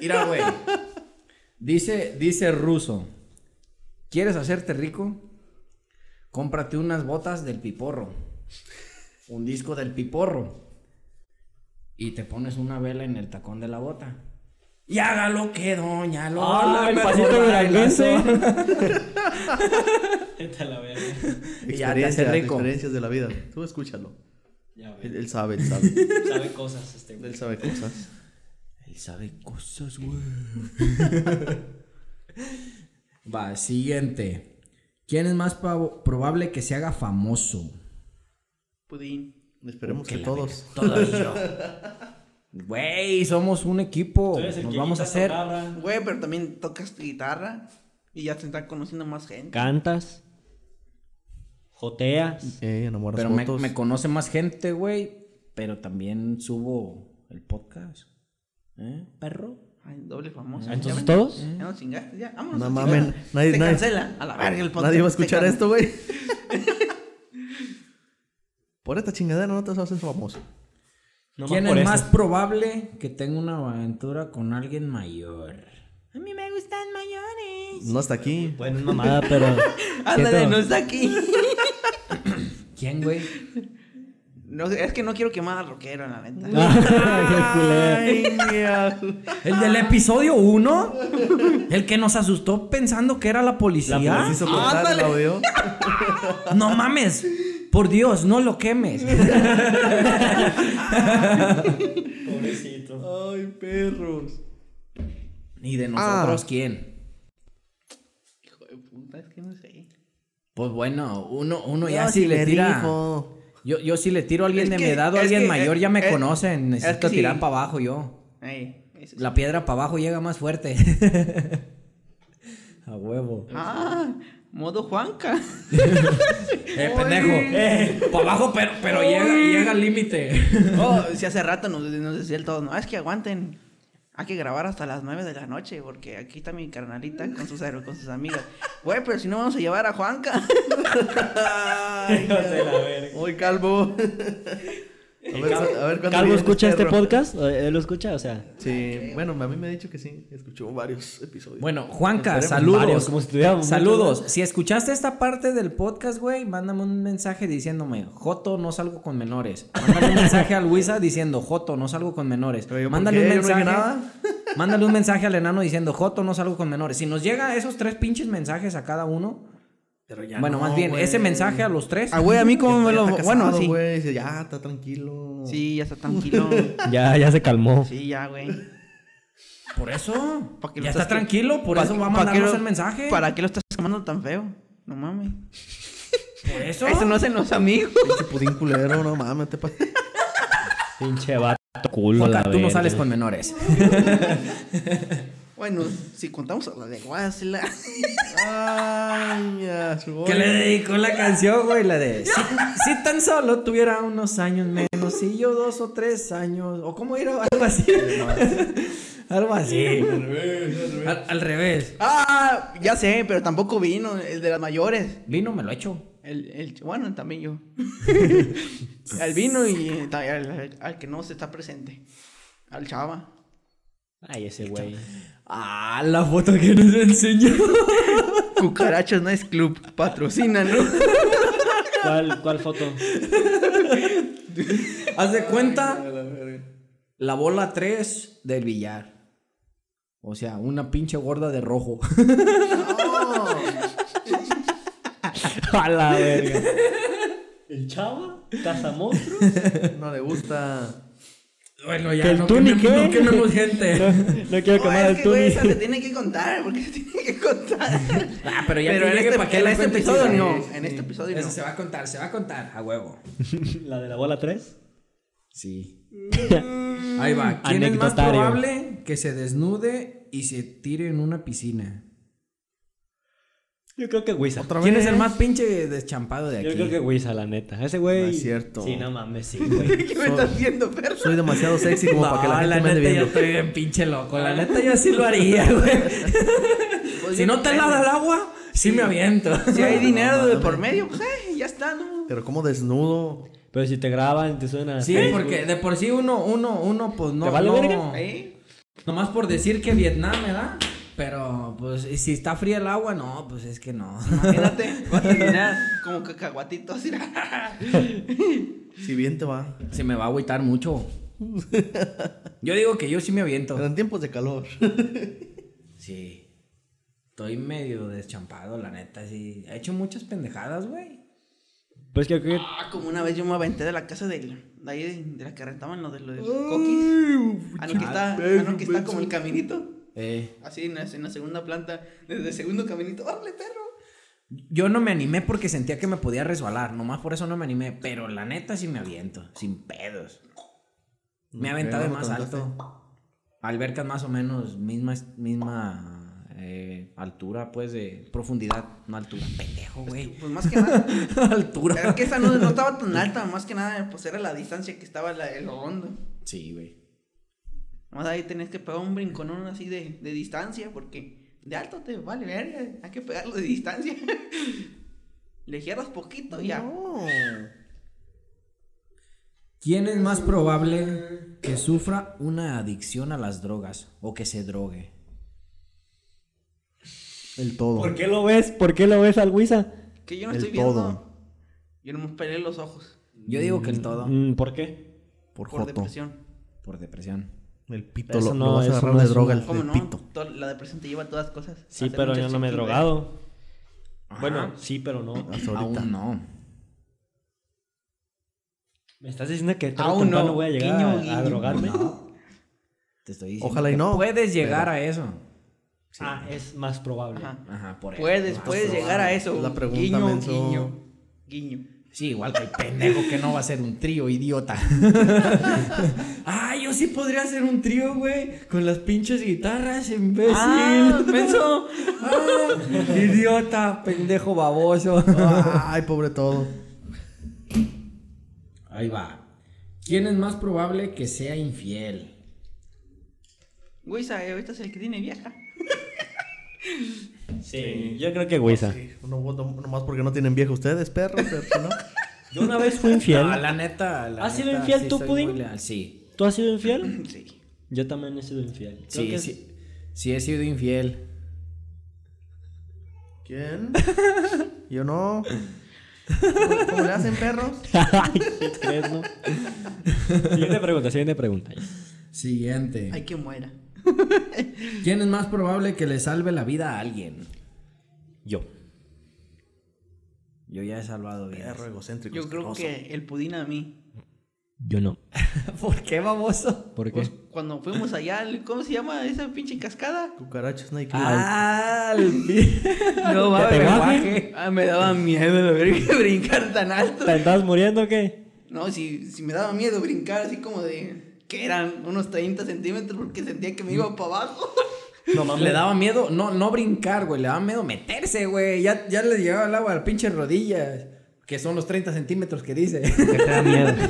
Speaker 1: Mira, güey. Dice, dice Ruso. ¿Quieres hacerte rico? Cómprate unas botas del piporro. Un disco del piporro. Y te pones una vela en el tacón de la bota. Y hágalo que doña lo
Speaker 4: Ah, el pasito duranguense. Vete a la verga.
Speaker 1: Y ya te hace
Speaker 2: Experiencias,
Speaker 1: rico.
Speaker 2: experiencias de la vida. Tú escúchalo.
Speaker 4: Ya, güey.
Speaker 2: Él, él sabe, él sabe.
Speaker 4: Sabe cosas este güey.
Speaker 2: él sabe cosas.
Speaker 1: Él sabe cosas, güey. Va, siguiente. ¿Quién es más pavo- probable que se haga famoso?
Speaker 3: Pudín.
Speaker 2: Esperemos que
Speaker 1: la
Speaker 2: todos.
Speaker 1: Todos yo. Güey, somos un equipo.
Speaker 4: Tú eres el
Speaker 1: Nos
Speaker 4: que
Speaker 1: vamos a
Speaker 4: quitas
Speaker 1: hacer.
Speaker 4: la barra.
Speaker 3: Güey, pero también tocas guitarra y ya te están conociendo más gente.
Speaker 4: Cantas. Joteas.
Speaker 2: Eh, enamoras
Speaker 1: Pero me,
Speaker 2: fotos.
Speaker 1: me conoce más gente, güey. Pero también subo el podcast. ¿Eh, perro?
Speaker 3: Ay, doble famoso.
Speaker 4: Ah, ¿entonces
Speaker 3: ¿Ya ven?
Speaker 4: todos?
Speaker 3: Ya nos chingaste, ya. Vámonos.
Speaker 2: No
Speaker 3: a
Speaker 2: mamen,
Speaker 3: chingar.
Speaker 2: nadie-
Speaker 3: Se
Speaker 2: nadie-
Speaker 3: cancela. A la verga el podcast.
Speaker 2: Nadie va a escuchar
Speaker 3: Se
Speaker 2: esto, güey. Por esta chingadera no te vas a hacer famoso.
Speaker 4: No
Speaker 1: ¿Quién
Speaker 4: por
Speaker 1: es
Speaker 4: eso.
Speaker 1: más probable que tenga una aventura con alguien mayor? A mí me gustan mayores.
Speaker 2: No hasta aquí.
Speaker 4: Bueno, es mamada, pero.
Speaker 3: cancela. Ándale,
Speaker 4: siento-
Speaker 3: no está aquí.
Speaker 1: ¿Quién, güey?
Speaker 3: No, es que no quiero quemar a rockero, la neta.
Speaker 4: Ah, qué culero.
Speaker 1: ¿El del episodio 1? ¿El que nos asustó pensando que era la policía?
Speaker 4: La
Speaker 2: ¿Nos hizo cortar el
Speaker 3: Ándale.
Speaker 2: audio?
Speaker 1: No mames. Por Dios, no lo quemes.
Speaker 4: Pobrecito.
Speaker 2: Ay, perros.
Speaker 1: ¿Y de nosotros
Speaker 2: Ah.
Speaker 1: quién?
Speaker 3: Hijo de puta, es que no sé.
Speaker 1: Pues bueno, uno, uno ya si le tira.
Speaker 2: rifo.
Speaker 1: Yo, yo si le tiro a alguien
Speaker 3: Es
Speaker 1: de
Speaker 3: que-
Speaker 1: mi edad o a
Speaker 3: es
Speaker 1: alguien
Speaker 3: que-
Speaker 1: mayor, ya me
Speaker 3: es-
Speaker 1: conocen.
Speaker 3: es que
Speaker 1: Necesito
Speaker 3: sí.
Speaker 1: tirar para abajo yo.
Speaker 3: Ey, eso sí.
Speaker 1: La piedra para abajo llega más fuerte. a huevo.
Speaker 3: Ah, modo Juanca.
Speaker 1: Eh, pendejo. para abajo, pero, pero llega, llega al límite.
Speaker 3: Oh, si hace rato nos, nos decía el todo, no, es que aguanten. Hay que grabar hasta las 9 de la noche porque aquí está mi carnalita con sus, con sus amigas. Güey, pero si no vamos a llevar a Juanca.
Speaker 2: Ay,
Speaker 4: Hijos de la verga.
Speaker 2: Muy calvo. A ver, a ver cuándo
Speaker 4: Calvo
Speaker 2: viene
Speaker 4: escucha este
Speaker 2: perro.
Speaker 4: podcast. Eh, ¿Él lo escucha? O sea.
Speaker 2: Sí, bueno, a mí me ha dicho que sí. Escuchó varios episodios.
Speaker 1: Bueno, Juanca,
Speaker 2: Esperemos
Speaker 1: saludos.
Speaker 4: varios, como si tuviéramos
Speaker 1: saludos.
Speaker 4: muchos,
Speaker 1: Si escuchaste esta parte del podcast, güey, mándame un mensaje diciéndome, Joto, no salgo con menores. Mándale un mensaje a Luisa diciendo, Joto, no salgo con menores.
Speaker 2: Pero yo, ¿por
Speaker 1: Mándale
Speaker 2: qué?
Speaker 1: un
Speaker 2: Yo no dije
Speaker 1: mensaje.
Speaker 2: nada.
Speaker 1: Mándale un mensaje al enano diciendo, Joto, no salgo con menores. Si nos llega esos tres pinches mensajes a cada uno,
Speaker 2: Pero ya
Speaker 1: bueno,
Speaker 2: no,
Speaker 1: más bien,
Speaker 2: güey.
Speaker 1: ese mensaje a los tres.
Speaker 3: Ah, güey, a mí como me lo.
Speaker 2: Ya está
Speaker 3: bueno,
Speaker 2: casado,
Speaker 3: sí.
Speaker 2: güey, dice, Ya, está tranquilo.
Speaker 3: Sí, ya está tranquilo.
Speaker 4: Ya, ya se calmó.
Speaker 3: Sí, ya, güey.
Speaker 1: Por eso.
Speaker 3: Pa' que lo
Speaker 1: ya está
Speaker 3: estás-
Speaker 1: tranquilo, por
Speaker 3: pa-
Speaker 1: eso va a
Speaker 3: pa' que
Speaker 1: mandarnos
Speaker 3: lo-
Speaker 1: el mensaje.
Speaker 3: ¿Para qué lo estás llamando tan feo? No mames.
Speaker 1: Por eso.
Speaker 3: Eso no hacen los amigos.
Speaker 2: Pinche pudín culero, no mames. Te pa-
Speaker 4: Pinche vato culo.
Speaker 1: Juanca,
Speaker 4: la
Speaker 1: tú no
Speaker 4: verga.
Speaker 1: sales con menores.
Speaker 3: Bueno, si contamos a la de Guasla.
Speaker 2: Ay, ya, su
Speaker 1: Que le
Speaker 2: boy.
Speaker 1: dedicó la canción, güey, la de si, si tan solo tuviera unos años menos, si yo dos o tres años, o cómo era, algo así. algo así. Al, al revés.
Speaker 3: Ah, ya sé, pero tampoco vino, el de las mayores.
Speaker 1: Vino me lo echo.
Speaker 3: El, el, bueno, también yo. al vino y eh, ta- al, al- al que no se está presente. Al chava.
Speaker 4: Ay, ese güey.
Speaker 1: Ah, la foto que nos enseñó.
Speaker 3: Cucarachas Nice Club, patrocina, ¿no?
Speaker 4: ¿Cuál, ¿Cuál foto?
Speaker 1: Haz de cuenta la bola 3 del billar. O sea, una pinche gorda de rojo.
Speaker 4: A la verga. ¿El chavo? ¿Cazamonstruo?
Speaker 2: No le gusta.
Speaker 1: Bueno,
Speaker 4: ¿Que el
Speaker 1: no
Speaker 4: Tuni
Speaker 1: quememos-
Speaker 4: qué?
Speaker 1: no quememos gente.
Speaker 4: No, no quiero
Speaker 3: No,
Speaker 4: quemar el
Speaker 3: es que, güey, esa se
Speaker 4: Tuni.
Speaker 3: tiene que contar, porque se tiene que contar.
Speaker 1: Ah, pero ya
Speaker 3: pero en
Speaker 1: tiene
Speaker 3: este,
Speaker 1: para que
Speaker 3: en
Speaker 1: la
Speaker 3: este
Speaker 1: cuente
Speaker 3: episodio
Speaker 1: chiste.
Speaker 3: no.
Speaker 1: Sí,
Speaker 3: En este episodio
Speaker 1: Eso
Speaker 3: no.
Speaker 1: se va a contar, se va a contar, a huevo.
Speaker 4: ¿La de la bola 3?
Speaker 1: Sí. Ahí va. ¿Quién es más
Speaker 4: Anecdotario.
Speaker 1: probable que se desnude y se tire en una piscina?
Speaker 4: Yo creo que Wisa.
Speaker 2: Otra
Speaker 1: ¿Quién
Speaker 2: vez.
Speaker 1: es el más pinche deschampado de
Speaker 4: Yo
Speaker 1: aquí?
Speaker 4: creo que Wisa, la neta. Ese güey.
Speaker 2: No es cierto.
Speaker 4: Sí, no mames, sí, güey.
Speaker 3: ¿Qué me estás haciendo, perro?
Speaker 2: Soy demasiado sexy como
Speaker 1: No,
Speaker 2: para que la
Speaker 1: la,
Speaker 2: gente me
Speaker 1: neta
Speaker 2: ande
Speaker 1: yo
Speaker 2: viendo.
Speaker 1: estoy bien pinche loco. La neta yo sí lo haría, güey.
Speaker 3: Pues
Speaker 1: Ah. Si
Speaker 3: yo
Speaker 1: no te
Speaker 3: creo.
Speaker 1: lava el agua, sí me aviento.
Speaker 3: Pues Si hay
Speaker 2: No,
Speaker 3: dinero de
Speaker 2: mames.
Speaker 3: por medio, pues eh, ya está, ¿no?
Speaker 2: Pero como desnudo.
Speaker 4: Pero si te graban, te suena.
Speaker 1: Sí, porque de por sí uno, uno, uno, pues no.
Speaker 4: ¿Te vale
Speaker 1: no-
Speaker 4: verga?
Speaker 3: ¿Eh?
Speaker 1: Nomás por decir que Vietnam, ¿verdad? Pero, pues, y si está fría el agua, no, pues es que no.
Speaker 3: Imagínate, va a terminar como cacahuatito así.
Speaker 2: Si bien te va.
Speaker 1: Se me va a agüitar mucho. Yo digo que yo sí me aviento.
Speaker 2: Pero en tiempos de calor.
Speaker 1: Sí. Estoy medio deschampado, la neta, sí. He hecho muchas pendejadas, güey.
Speaker 4: Pues que, que
Speaker 3: Ah, como una vez yo me aventé de la casa del, de ahí, de, de la que rentaban los de los coquis. Ah, no, que está, ah, no, que está como el caminito.
Speaker 1: Eh,
Speaker 3: Así en la, en la segunda planta, desde el segundo caminito. ¡Órale, perro!
Speaker 1: yo no me animé porque sentía que me podía resbalar. Nomás por eso no me animé. Pero la neta sí me aviento. Sin pedos. Me he
Speaker 2: Ok,
Speaker 1: aventado de
Speaker 2: ¿dónde
Speaker 1: más
Speaker 2: te
Speaker 1: alto. Albercas más o menos, misma, misma eh, altura, pues, de profundidad. No altura, pendejo, güey.
Speaker 3: Pues más que nada. es
Speaker 1: altura.
Speaker 3: que esa no, no estaba tan alta, más que nada, pues era la distancia que estaba la- el rondo.
Speaker 1: Sí, güey.
Speaker 3: Nomás ahí tenés que pegar un brinconón así de, de distancia, porque de alto te vale verga. Hay que pegarlo de distancia. Le hierras poquito y ya.
Speaker 2: No.
Speaker 1: ¿Quién es más probable que sufra una adicción a las drogas o que se drogue?
Speaker 2: El todo.
Speaker 4: ¿Por qué lo ves? ¿Por qué lo ves al Huiza?
Speaker 3: Que yo no
Speaker 2: El
Speaker 3: estoy viendo.
Speaker 2: todo.
Speaker 3: Yo no me peleé los ojos
Speaker 1: Yo digo que el todo.
Speaker 4: Mm, ¿Por qué?
Speaker 2: Por
Speaker 3: por
Speaker 2: joto.
Speaker 3: depresión.
Speaker 1: Por depresión.
Speaker 2: El pito
Speaker 4: Eso
Speaker 2: lo,
Speaker 4: no,
Speaker 2: lo vas a
Speaker 4: eso
Speaker 2: agarrar
Speaker 4: no
Speaker 2: de
Speaker 4: es
Speaker 2: droga,
Speaker 4: un-
Speaker 2: el,
Speaker 3: ¿Cómo
Speaker 2: el
Speaker 3: no?
Speaker 2: pito.
Speaker 3: Toda la depresión te lleva a todas cosas.
Speaker 4: Sí,
Speaker 3: Hacer
Speaker 4: pero
Speaker 3: mucho
Speaker 4: yo no me he
Speaker 3: exceso,
Speaker 4: drogado. Bueno,
Speaker 1: Ajá.
Speaker 4: sí, pero no.
Speaker 2: Hasta ahorita.
Speaker 1: Aún no.
Speaker 4: ¿Me estás diciendo que tarde o
Speaker 3: Aún no.
Speaker 4: temprano voy a llegar
Speaker 3: Guiño,
Speaker 4: a- a,
Speaker 3: guiño.
Speaker 4: drogarme?
Speaker 1: Te estoy diciendo.
Speaker 2: Ojalá y
Speaker 1: que
Speaker 2: no,
Speaker 1: Puedes llegar a eso.
Speaker 4: Ah, es más probable.
Speaker 3: Ajá.
Speaker 1: Ajá, por eso.
Speaker 3: Puedes,
Speaker 1: Más
Speaker 3: puedes llegar a
Speaker 1: probable.
Speaker 3: eso.
Speaker 2: La pregunta,
Speaker 3: guiño,
Speaker 2: menso.
Speaker 3: guiño, guiño.
Speaker 1: Sí, igual que el pendejo que no va a ser un trío, idiota. ah, yo sí podría hacer un trío, güey. Con las pinches guitarras, imbécil.
Speaker 3: Ah, menso.
Speaker 1: Ah, idiota, pendejo baboso.
Speaker 2: Ay, pobre todo.
Speaker 1: Ahí va. ¿Quién es más probable que sea infiel?
Speaker 3: Güisa, eh, ahorita es el que tiene vieja.
Speaker 4: Sí, yo creo que Huiza.
Speaker 2: No voto nomás porque no tienen viejo ustedes, perro, pero si no.
Speaker 4: Yo una vez fui infiel.
Speaker 1: Ah, la neta. la
Speaker 4: ¿Has sido
Speaker 1: neta,
Speaker 4: infiel tú,
Speaker 1: soy
Speaker 4: Pudín?
Speaker 1: muy leal, Sí,
Speaker 4: ¿Tú has sido infiel?
Speaker 3: Sí.
Speaker 4: Yo también he sido infiel. Creo
Speaker 1: sí,
Speaker 4: que-
Speaker 1: sí. Sí, he sido infiel.
Speaker 2: ¿Quién? Yo no. ¿Cómo- ¿Cómo le hacen perros?
Speaker 4: Ay, ¿qué crees, no? Siguiente pregunta, siguiente pregunta.
Speaker 1: Siguiente.
Speaker 3: Hay que muera.
Speaker 1: ¿Quién es más probable que le salve la vida a alguien?
Speaker 4: Yo.
Speaker 1: Yo ya he salvado vidas.
Speaker 2: Perro egocéntrico.
Speaker 3: Yo creo
Speaker 2: asqueroso.
Speaker 3: que el pudín a mí.
Speaker 4: Yo no.
Speaker 1: ¿Por qué, baboso?
Speaker 4: ¿Por
Speaker 3: Pues
Speaker 4: qué?
Speaker 3: cuando fuimos allá, al- ¿cómo se llama esa pinche cascada?
Speaker 2: Cucaracha Snake.
Speaker 1: Ah, el pi-
Speaker 3: No,
Speaker 4: va, me bajé.
Speaker 3: Ah, me daba miedo la verga, brincar tan alto.
Speaker 4: ¿Te estás muriendo o qué?
Speaker 3: No, si, si me daba miedo brincar así como de... Que eran unos 30 centímetros porque sentía que me iba para abajo.
Speaker 4: No
Speaker 1: le daba miedo, no, no brincar, güey. Le daba miedo meterse, güey. Ya, ya le llegaba el agua al pinche rodillas. Que son los 30 centímetros que dice.
Speaker 4: te da miedo.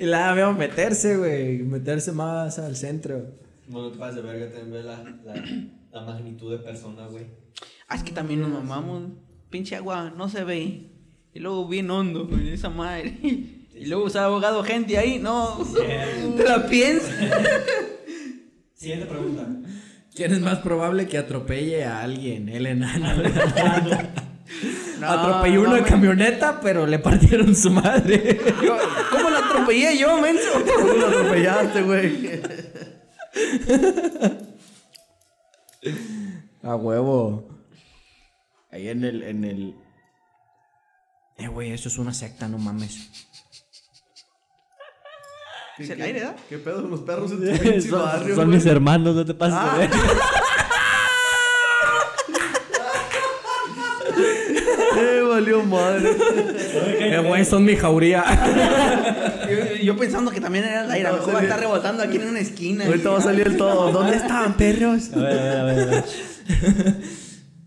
Speaker 1: y le daba miedo meterse, güey. Meterse más al centro.
Speaker 5: Bueno, te pasas de verga también ver la, la, la magnitud de persona, güey.
Speaker 3: Ah, es que también nos mamamos. Pinche agua, no se ve. Y luego bien hondo, güey, esa madre. Y luego se ha ahogado gente ahí. No, te la piensas.
Speaker 5: Siguiente pregunta.
Speaker 1: ¿Quién es más probable que atropelle a alguien? El enano. Atropelló una
Speaker 3: mames.
Speaker 1: camioneta, pero le partieron su madre.
Speaker 3: Yo- ¿Cómo la atropellé yo, menso?
Speaker 2: ¿Cómo lo atropellaste, güey?
Speaker 1: A huevo. Ahí en el, en el. Eh, güey, eso es una secta, no mames.
Speaker 3: Es el aire, ¿da?
Speaker 2: ¿Qué pedo con los perros en tu pinche
Speaker 4: son
Speaker 2: barrio?
Speaker 4: son
Speaker 2: güey?
Speaker 4: mis hermanos, no te pases
Speaker 3: Ah.
Speaker 4: de ver.
Speaker 2: Eh, valió madre.
Speaker 1: Eh, güey, son mi jauría.
Speaker 3: Yo, yo pensando que también era el aire. A lo mejor va a estar rebotando aquí en una esquina.
Speaker 2: Ahorita va a salir el todo. ¿Dónde estaban, perros?
Speaker 4: A ver, a ver, a ver, a ver.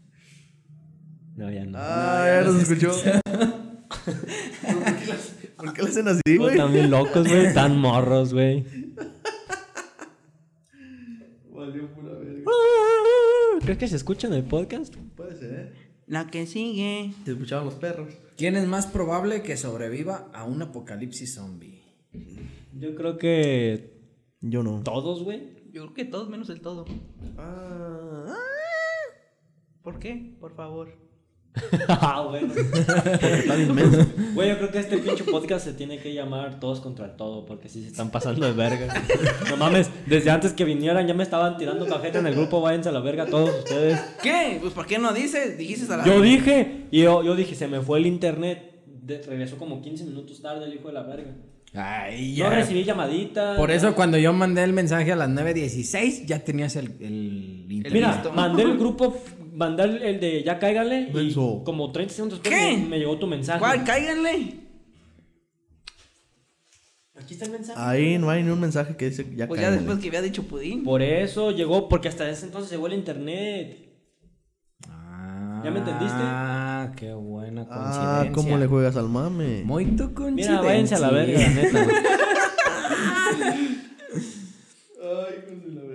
Speaker 4: No, ya no.
Speaker 2: Ah, ya nos escuchó. ¿Por qué le hacen así,
Speaker 4: Están
Speaker 2: güey?
Speaker 4: bien locos, güey. Tan morros, güey.
Speaker 2: Valió pura verga.
Speaker 4: Ah. ¿Crees que se escucha en el podcast?
Speaker 2: Puede ser, ¿eh?
Speaker 3: La que sigue.
Speaker 2: Se escuchaban los perros.
Speaker 1: ¿Quién es más probable que sobreviva a un apocalipsis zombie?
Speaker 4: Yo creo que
Speaker 2: Yo no.
Speaker 4: todos, güey.
Speaker 3: Yo creo que todos menos el todo.
Speaker 2: Ah,
Speaker 3: ¿Por qué? Por favor.
Speaker 4: ah, bueno.
Speaker 2: están inmensos.
Speaker 4: Güey, yo creo que este pinche podcast se tiene que llamar Todos contra Todo, porque sí se están pasando de verga. No mames, desde antes que vinieran ya me estaban tirando cajeta en el grupo, váyanse a la verga todos ustedes.
Speaker 3: ¿Qué? Pues ¿por qué no dices? Dijiste a la.
Speaker 4: Yo dije, y yo, yo dije, se me fue el internet. De- regresó como 15 minutos tarde el hijo de la verga.
Speaker 1: Ay,
Speaker 4: No recibí llamadita.
Speaker 1: Por eso, cuando yo mandé el mensaje a las 9.16, ya tenías el, el internet.
Speaker 4: Mira,
Speaker 3: Listo.
Speaker 4: mandé el grupo, mandé el- el de ya cáigale y
Speaker 2: Menso.
Speaker 4: como 30 segundos después
Speaker 3: ¿Qué?
Speaker 4: Me, me llegó tu mensaje.
Speaker 3: ¿Cuál? Cáiganle.
Speaker 4: Aquí está el mensaje.
Speaker 2: Ahí no hay ni un mensaje que dice ya
Speaker 3: Pues ya
Speaker 2: cállale.
Speaker 3: después que había dicho pudín.
Speaker 4: Por eso llegó, porque hasta ese entonces llegó el internet.
Speaker 1: Ah,
Speaker 4: ¿Ya me entendiste?
Speaker 1: Ah, qué buena coincidencia.
Speaker 2: Ah, ¿cómo le juegas al mame?
Speaker 1: Muy tu coincidencia.
Speaker 4: Mira, váyanse a la verga, la neta.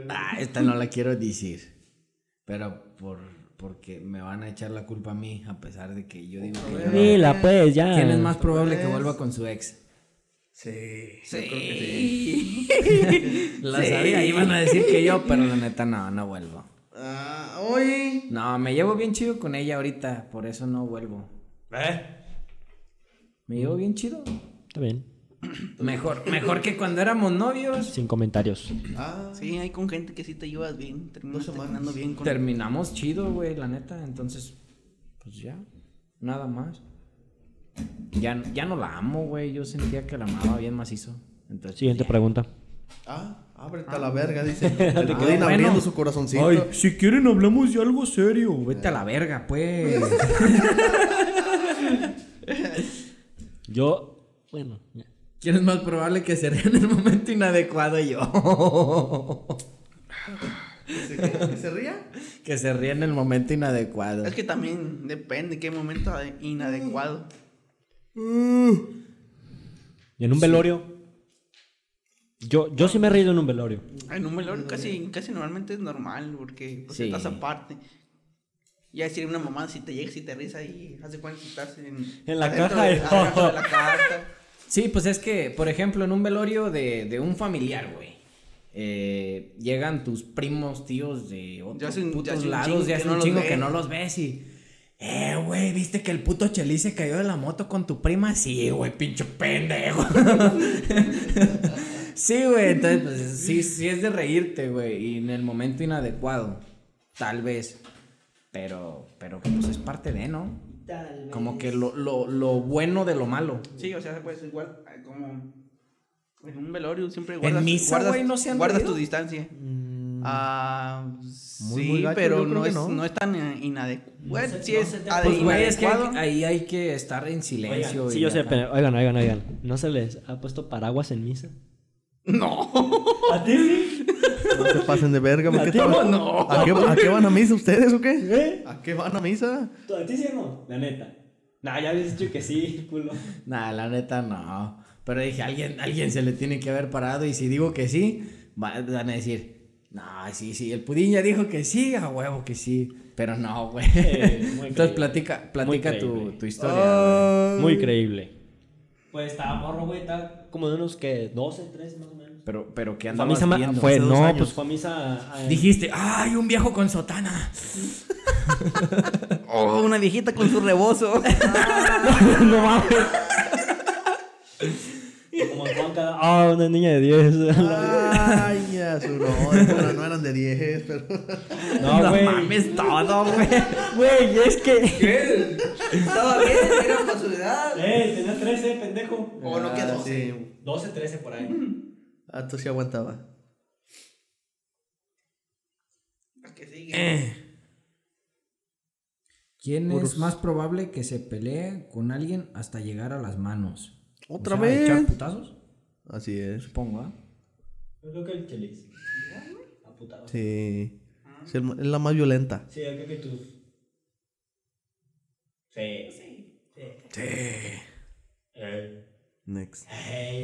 Speaker 1: Ah, esta no la quiero decir. Pero por, porque me van a echar la culpa a mí, a pesar de que yo digo que yo no.
Speaker 4: Sí, la pues, ya.
Speaker 1: ¿Quién es más probable que vuelva con su ex?
Speaker 2: Sí.
Speaker 3: Sí.
Speaker 1: La sabía, iban a decir que yo, pero la neta no, no vuelvo.
Speaker 2: Ah, hoy.
Speaker 1: No, me llevo bien chido con ella ahorita, por eso no vuelvo.
Speaker 5: ¿Eh?
Speaker 1: Me llevo bien chido.
Speaker 4: Está bien.
Speaker 1: Mejor, mejor que cuando éramos novios.
Speaker 4: Sin comentarios.
Speaker 2: Ah,
Speaker 3: Sí, hay con gente que sí te llevas bien. Terminas
Speaker 2: Dos semanas.
Speaker 3: terminando bien con
Speaker 1: Terminamos chido, güey, la neta. Entonces, pues ya, nada más. Ya, ya no la amo, güey. Yo sentía que la amaba bien macizo. Entonces,
Speaker 4: Siguiente
Speaker 1: ya.
Speaker 4: pregunta.
Speaker 2: Ah, ábrete a la verga, dice. El
Speaker 1: Ah,
Speaker 2: Godín
Speaker 1: bueno.
Speaker 2: abriendo su corazoncito.
Speaker 1: si quieren hablamos de algo serio. Vete a la verga, pues.
Speaker 4: Yo, bueno, ya.
Speaker 1: ¿Quién es más probable que se ría en el momento inadecuado yo?
Speaker 2: Dice que- que se ría?
Speaker 1: que se ría en el momento inadecuado.
Speaker 3: Es que también depende qué momento ade- inadecuado.
Speaker 4: ¿Y en un velorio? Yo, yo sí me he reído en un velorio.
Speaker 3: En un velorio casi, casi normalmente es normal porque pues,
Speaker 1: Mm, eh. Sí.
Speaker 3: estás aparte. Ya decir una mamá si te llega, si te risa y hace cuenta que estás en,
Speaker 4: En la
Speaker 3: adentro
Speaker 4: caja
Speaker 3: de,
Speaker 4: de-
Speaker 3: adentro de la carta.
Speaker 1: Sí, pues es que, por ejemplo, en un velorio de, de un familiar, güey. eh, llegan tus primos, tíos de
Speaker 3: Ya
Speaker 1: otros
Speaker 3: hace un- ya
Speaker 1: putos
Speaker 3: hace un chingo
Speaker 1: lados,
Speaker 3: que
Speaker 1: ya hace
Speaker 3: no
Speaker 1: un
Speaker 3: los
Speaker 1: chingo
Speaker 3: ves.
Speaker 1: que no los ves y. Eh, güey, ¿viste que el puto Chelis se cayó de la moto con tu prima? Sí, güey, pinche pendejo. sí, güey, entonces, pues, sí, sí es de reírte, güey, y en el momento inadecuado, tal vez. Pero, pero, pues es parte de, ¿no? Como que lo, lo, lo bueno de lo malo.
Speaker 3: Sí, o sea, pues igual eh, como en un velorio siempre
Speaker 1: En
Speaker 3: guardas,
Speaker 1: misa,
Speaker 3: guardas,
Speaker 1: güey, ¿no se han Mm.
Speaker 3: guardas
Speaker 1: reído?
Speaker 3: tu distancia. Ah,
Speaker 2: Muy,
Speaker 3: sí,
Speaker 2: muy gacho, yo
Speaker 3: pero
Speaker 2: creo
Speaker 3: no
Speaker 2: que
Speaker 3: es,
Speaker 2: no.
Speaker 3: no. es tan eh, inadecuado. Bueno, sí es ade-
Speaker 1: Pues, güey, es que
Speaker 3: inadecuado.
Speaker 1: hay- ahí hay que estar en silencio.
Speaker 4: Oigan, sí,
Speaker 1: y
Speaker 4: yo sé,
Speaker 1: acá.
Speaker 4: pero oigan, oigan, oigan. ¿No se les ha puesto paraguas en misa?
Speaker 3: No.
Speaker 4: ¿A ti sí?
Speaker 2: No se pasen de verga. ¿por qué
Speaker 4: ¿A ti
Speaker 2: estaban-
Speaker 4: no?
Speaker 2: ¿A qué, a qué van a misa ustedes o qué?
Speaker 4: ¿Eh?
Speaker 2: ¿A qué van a misa?
Speaker 4: ¿Tú- ¿A ti sí o no? La neta. Nah, ya habías dicho que sí, culo.
Speaker 1: Nah, la neta no. Pero dije, alguien, alguien se le tiene que haber parado. Y si digo que sí, va- van a decir, no, sí, sí. El pudín ya dijo que sí, a huevo que sí. Pero no, güey.
Speaker 4: Eh, muy
Speaker 1: Entonces
Speaker 4: creíble.
Speaker 1: platica, platica
Speaker 4: Muy
Speaker 1: tu,
Speaker 4: creíble. Oh.
Speaker 1: tu historia.
Speaker 2: Ah,
Speaker 4: Muy creíble. Pues estaba morro, güey, estaba como de unos que 12, 13 más o
Speaker 1: güey.
Speaker 4: menos.
Speaker 1: Pero, pero ¿qué
Speaker 4: Fue a
Speaker 1: andabas
Speaker 4: misa, ma-
Speaker 1: viendo?
Speaker 4: fue,
Speaker 1: Hace dos
Speaker 4: no,
Speaker 1: años.
Speaker 4: pues fue a misa. a-
Speaker 1: Dijiste, ¡ay, un viejo con sotana!
Speaker 3: Oh, una viejita con su rebozo.
Speaker 4: no mames. Como Juan cada. Ah, una niña de 10.
Speaker 2: Ay, ya, su no. bueno, no eran de 10, pero.
Speaker 4: no, güey.
Speaker 1: mames todo, güey.
Speaker 4: Güey, es que.
Speaker 3: Estaba bien, pues, era para su edad.
Speaker 4: Eh, tenía 13, pendejo.
Speaker 3: O no
Speaker 2: Ah,
Speaker 3: quedó.
Speaker 2: Sí.
Speaker 4: 12, 13 por ahí.
Speaker 2: Ah, tú sí aguantaba.
Speaker 3: La que sigue.
Speaker 1: ¿Quién
Speaker 2: Puros.
Speaker 1: es más probable que se pelee con alguien hasta llegar a las manos?
Speaker 2: ¿Otra
Speaker 1: O sea, ¿Echar
Speaker 2: vez?
Speaker 1: putazos?
Speaker 2: Así es.
Speaker 1: Supongo, ¿ah?
Speaker 4: Yo creo que el chelis. Aputado.
Speaker 2: Sí. Sí, el- es la más violenta.
Speaker 4: Sí, yo creo que tú. Sí. Sí. Eh.
Speaker 2: Next.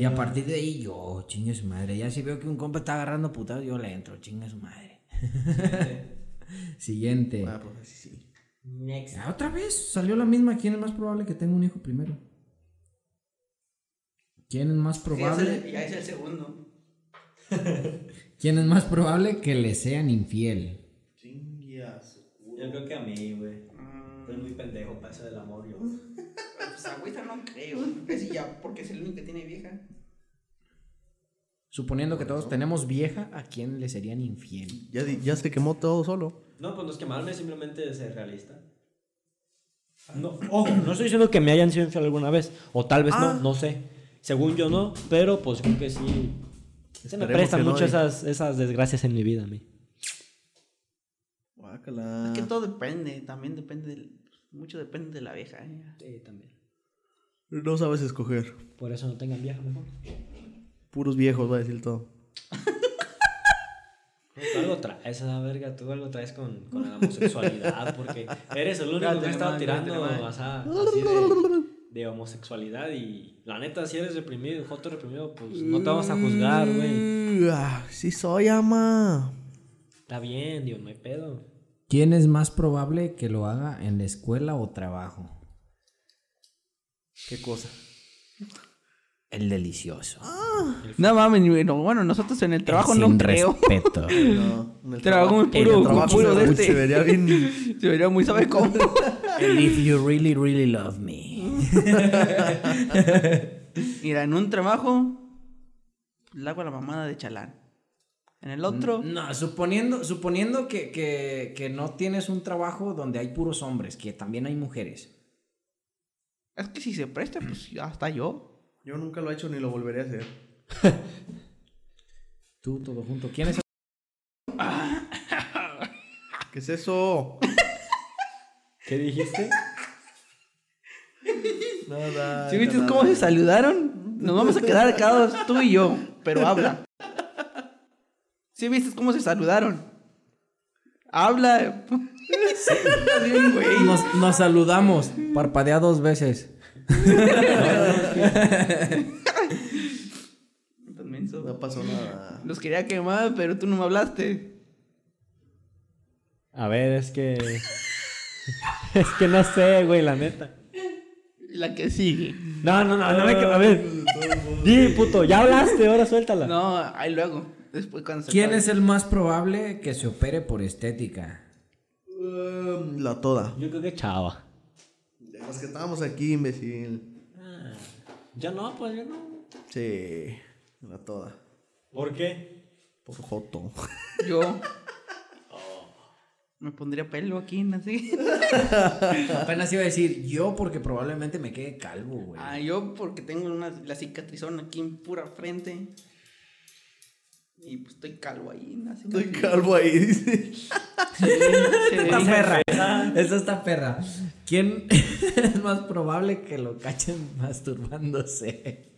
Speaker 1: Y a partir de ahí yo, chingue su madre. Ya si veo que un compa está agarrando putados, yo le entro, chingue su madre. Siguiente.
Speaker 2: Ah, pues sí, sí.
Speaker 4: Next.
Speaker 1: Ah, Otra vez salió la misma. ¿Quién es más probable que tenga un hijo primero? ¿Quién es más
Speaker 3: Sí, ya, es el,
Speaker 1: probable?
Speaker 3: ya es el segundo.
Speaker 1: ¿Quién es más probable que le sean infiel?
Speaker 4: Yo creo que a mí, güey.
Speaker 3: Mm,
Speaker 4: Estoy muy pendejo para eso del amor, yo.
Speaker 3: Pues agüita no creo. Casi Pues, ya, porque es el único que tiene vieja.
Speaker 1: Suponiendo que todos tenemos vieja, ¿a quién le serían infiel?
Speaker 2: Ya, di- ya se quemó todo solo.
Speaker 4: No, pues no es quemarme, simplemente es ser realista. No, ojo, no estoy diciendo que me hayan sido infiel alguna vez. O tal vez
Speaker 2: Ah.
Speaker 4: no, no sé. Según yo no, pero pues creo que sí. Se me
Speaker 2: Esperemos
Speaker 4: prestan
Speaker 2: que no,
Speaker 4: mucho
Speaker 2: y-
Speaker 4: esas, esas desgracias en mi vida a mí.
Speaker 2: Guácala.
Speaker 3: Es que todo depende, también depende del, mucho depende de la vieja. ¿eh?
Speaker 4: Sí, también.
Speaker 2: No sabes escoger.
Speaker 4: Por eso no tengan vieja mejor.
Speaker 2: Puros viejos, va a decir todo.
Speaker 4: Tú Pues algo traes a la verga, tú algo traes con, con la homosexualidad, porque eres el único que
Speaker 3: Cállate,
Speaker 4: ha estado
Speaker 3: madre,
Speaker 4: tirando
Speaker 3: cállate, madre.
Speaker 4: o sea, así de, de homosexualidad y la neta, si eres reprimido,
Speaker 2: Mm. Ah,
Speaker 4: joto reprimido, pues no te vamos a juzgar, güey.
Speaker 2: Uh, ah, sí soy, ama.
Speaker 4: Está bien, Dios, no hay pedo.
Speaker 1: ¿Quién es más probable que lo haga en la escuela o trabajo?
Speaker 2: ¿Qué cosa?
Speaker 1: El delicioso.
Speaker 3: No mames, güey, no, bueno, nosotros en el trabajo no
Speaker 1: Sin
Speaker 3: creo.
Speaker 1: respeto.
Speaker 2: No, en el
Speaker 3: Trabajo muy
Speaker 1: el
Speaker 3: puro, muy
Speaker 1: trabajo
Speaker 3: puro de
Speaker 2: Se
Speaker 3: este.
Speaker 2: vería bien.
Speaker 3: Se vería muy, ¿sabes cómo?
Speaker 1: And if you really, really love me.
Speaker 3: Mira, en un trabajo, le hago la mamada de chalán. En el otro,
Speaker 1: No, suponiendo, suponiendo que, que, que no tienes un trabajo donde hay puros hombres, que también hay mujeres.
Speaker 3: es que si se presta, pues ya está yo.
Speaker 2: Yo nunca lo he hecho ni lo volveré a hacer.
Speaker 1: Tú, todo junto. ¿Quién es el
Speaker 2: ¿Qué es eso?
Speaker 4: ¿Qué dijiste?
Speaker 2: Nada.
Speaker 3: ¿Sí viste cómo se saludaron? Nos vamos a quedar cada dos, tú y yo, pero habla. ¿Sí viste cómo se saludaron? Habla.
Speaker 1: Nos, nos saludamos. Parpadea dos veces.
Speaker 3: Estás menso.
Speaker 2: No pasó nada.
Speaker 3: Los quería quemar, pero tú no me hablaste.
Speaker 4: A ver, es que. es que no sé, güey, la neta.
Speaker 3: La que sigue.
Speaker 4: No, no, no, no me A ver. Di, puto, ya hablaste, ahora suéltala.
Speaker 3: No, ahí luego. Después cuando se
Speaker 1: ¿Quién
Speaker 3: acabe.
Speaker 1: es el más probable que se opere por estética?
Speaker 2: Um, la toda.
Speaker 4: Yo creo que chava.
Speaker 2: Los que estábamos aquí, imbécil.
Speaker 4: Ya no, pues ya no.
Speaker 2: Sí. La toda.
Speaker 4: ¿Por qué?
Speaker 2: Por Joto.
Speaker 3: Yo.
Speaker 2: Oh.
Speaker 3: Me pondría pelo aquí, así.
Speaker 1: Apenas iba a decir yo porque probablemente me quede calvo, güey.
Speaker 3: Ah, yo porque tengo una, la cicatrizón aquí en pura frente. Y pues estoy calvo ahí, así.
Speaker 2: Estoy calvo ahí, dice.
Speaker 3: Se ve-
Speaker 1: Esta está perra. Esta está perra. ¿Quién es más probable que lo cachen masturbándose?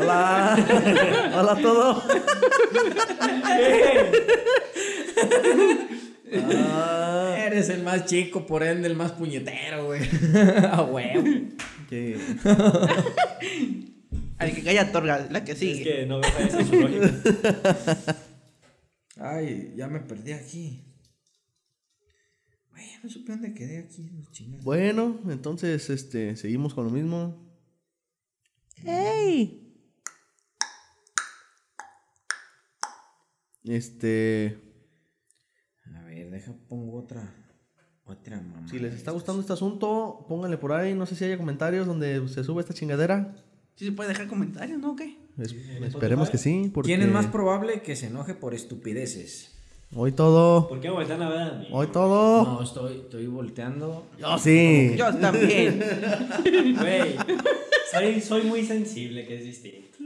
Speaker 2: Hola. Hola a todo. Ah,
Speaker 1: Eres el más chico, por ende, el más puñetero, güey. A huevo.
Speaker 2: ¿Qué?
Speaker 3: Al que calla torga, la que sigue.
Speaker 4: Es que no ves a ese su lógica.
Speaker 1: Ay, ya me perdí aquí. Güey, ya no supe dónde quedé aquí, la chingada.
Speaker 2: Bueno, entonces, este, seguimos con lo mismo. ¡Ey! Este,
Speaker 1: A ver, deja, pongo otra. Otra mamá.
Speaker 2: si les está gustando este asunto, pónganle por ahí. No sé si haya comentarios donde se sube esta chingadera.
Speaker 3: Sí se puede dejar comentarios, ¿no? ¿O ¿Qué?
Speaker 2: Es- esperemos que sí. Porque
Speaker 1: ¿Quién es más probable que se enoje por estupideces?
Speaker 2: Hoy todo.
Speaker 4: ¿Por qué me voltean a ver a mí?
Speaker 2: Hoy todo.
Speaker 1: No, estoy, estoy volteando.
Speaker 2: Yo sí.
Speaker 3: Yo también.
Speaker 4: Güey, soy, soy muy sensible, que es distinto.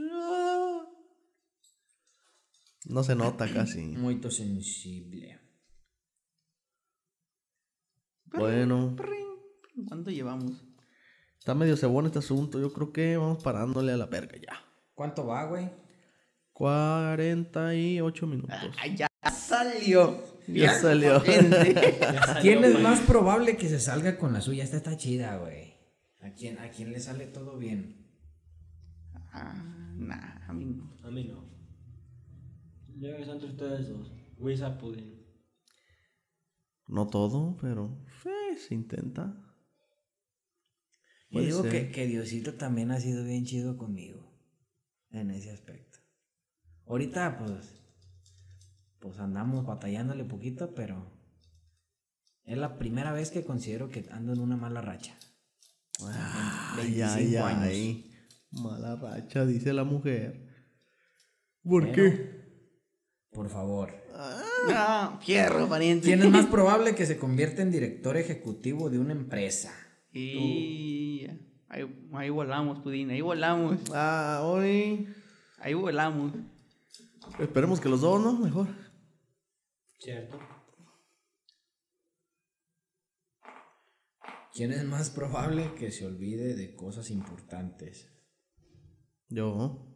Speaker 2: No se nota casi.
Speaker 1: Muy sensible.
Speaker 2: Bueno,
Speaker 3: ¿Cuánto llevamos?
Speaker 2: está medio cebón este asunto. Yo creo que vamos parándole a la verga ya.
Speaker 1: ¿Cuánto va, güey?
Speaker 2: 48 minutos.
Speaker 3: Ay, Ah, ya salió.
Speaker 2: Ya salió.
Speaker 3: Gente.
Speaker 1: ¿Quién es más probable que se salga con la suya? Esta está chida, güey. ¿A quién, ¿A quién le sale todo bien?
Speaker 3: Ah, nah, a mí no.
Speaker 4: A mí no. Yo creo que son entre ustedes dos. Wisa Pudding.
Speaker 2: No todo, pero eh, se intenta.
Speaker 1: Yo
Speaker 2: Puede
Speaker 1: digo
Speaker 2: ser.
Speaker 1: que, que Diosito también ha sido bien chido conmigo. En ese aspecto. Ahorita, pues. Pues andamos batallándole poquito, pero. Es la primera vez que considero que ando en una mala racha.
Speaker 2: Ay,
Speaker 1: 25
Speaker 2: ay,
Speaker 1: años.
Speaker 2: ay. Mala racha, dice la mujer. ¿Por
Speaker 1: Bueno.
Speaker 2: qué?
Speaker 1: Por favor.
Speaker 3: Ah, fierro, pariente.
Speaker 1: ¿Quién es más probable que se convierta en director ejecutivo de una empresa?
Speaker 3: Y ahí, ahí volamos, Pudín, ahí volamos,
Speaker 2: Ah, hoy.
Speaker 3: ahí volamos.
Speaker 2: Esperemos que los dos, ¿no? Mejor.
Speaker 4: ¿Cierto?
Speaker 1: ¿Quién es más probable que se olvide de cosas importantes?
Speaker 2: Yo.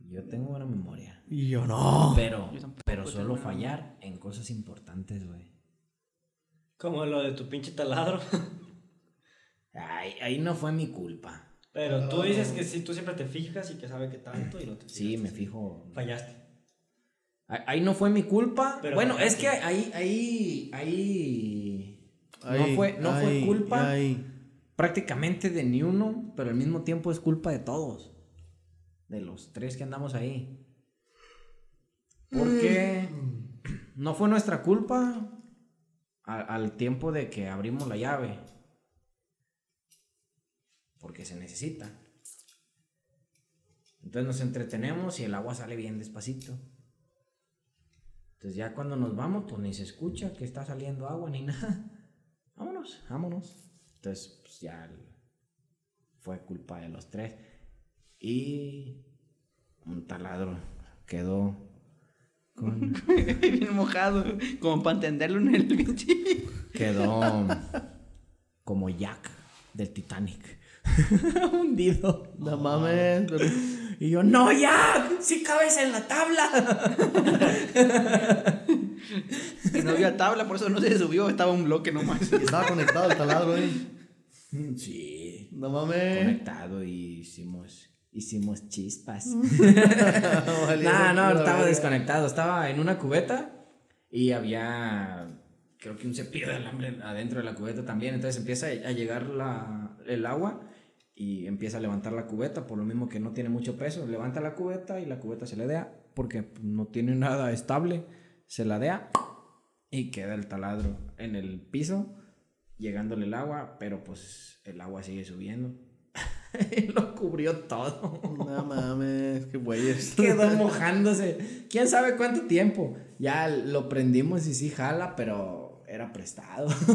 Speaker 1: Yo tengo buena memoria.
Speaker 2: Y yo no.
Speaker 1: Pero,
Speaker 3: yo tampoco
Speaker 1: pero
Speaker 3: tengo
Speaker 1: solo
Speaker 3: buena
Speaker 1: fallar en cosas importantes, güey.
Speaker 4: Como lo de tu pinche taladro.
Speaker 1: Ay, ahí no fue mi culpa.
Speaker 4: Pero tú dices que sí, tú siempre te fijas y que sabe que tanto y no te fijas.
Speaker 1: Sí, me fijo.
Speaker 4: Fallaste.
Speaker 1: Ah- Ahí no fue mi culpa.
Speaker 4: Pero-
Speaker 1: bueno, es que ahí, ahí, ahí.
Speaker 2: Ay,
Speaker 1: no fue, no fue
Speaker 2: ay,
Speaker 1: culpa
Speaker 2: ay.
Speaker 1: prácticamente de ni uno, pero al mismo tiempo es culpa de todos. De los tres que andamos ahí. Porque no fue nuestra culpa a- al tiempo de que abrimos la llave. Porque se necesita. Entonces nos entretenemos y el agua sale bien despacito. Entonces ya cuando nos vamos, pues ni se escucha que está saliendo agua ni nada. Vámonos, vámonos. Entonces, pues ya el- fue culpa de los tres. Y un taladro quedó con-
Speaker 3: Bien mojado, como para entenderlo en el pinche.
Speaker 1: quedó como Jack del Titanic. Hundido.
Speaker 2: No mames, pero...
Speaker 1: Y yo, no, Jack, si cabes en la tabla.
Speaker 3: Que no vio a tabla, por eso no se subió, estaba un bloque nomás.
Speaker 2: Estaba conectado el taladro eh. ahí.
Speaker 1: Sí,
Speaker 2: No mames.
Speaker 1: conectado y hicimos, hicimos chispas.
Speaker 2: Valió
Speaker 1: No, no,
Speaker 2: pura
Speaker 1: estaba
Speaker 2: verga.
Speaker 1: desconectado. Estaba en una cubeta y había, creo que un cepillo de alambre adentro de la cubeta también. Entonces empieza a llegar la- el agua y empieza a levantar la cubeta, por lo mismo que no tiene mucho peso. Levanta la cubeta y la cubeta se le dea porque no tiene nada estable. Se la dea y queda el taladro en el piso, llegándole el agua, pero pues el agua sigue subiendo. Lo cubrió todo
Speaker 2: No mames, qué güeyes.
Speaker 1: quedó mojándose. Quién sabe cuánto tiempo. Ya lo prendimos y sí jala, pero era prestado.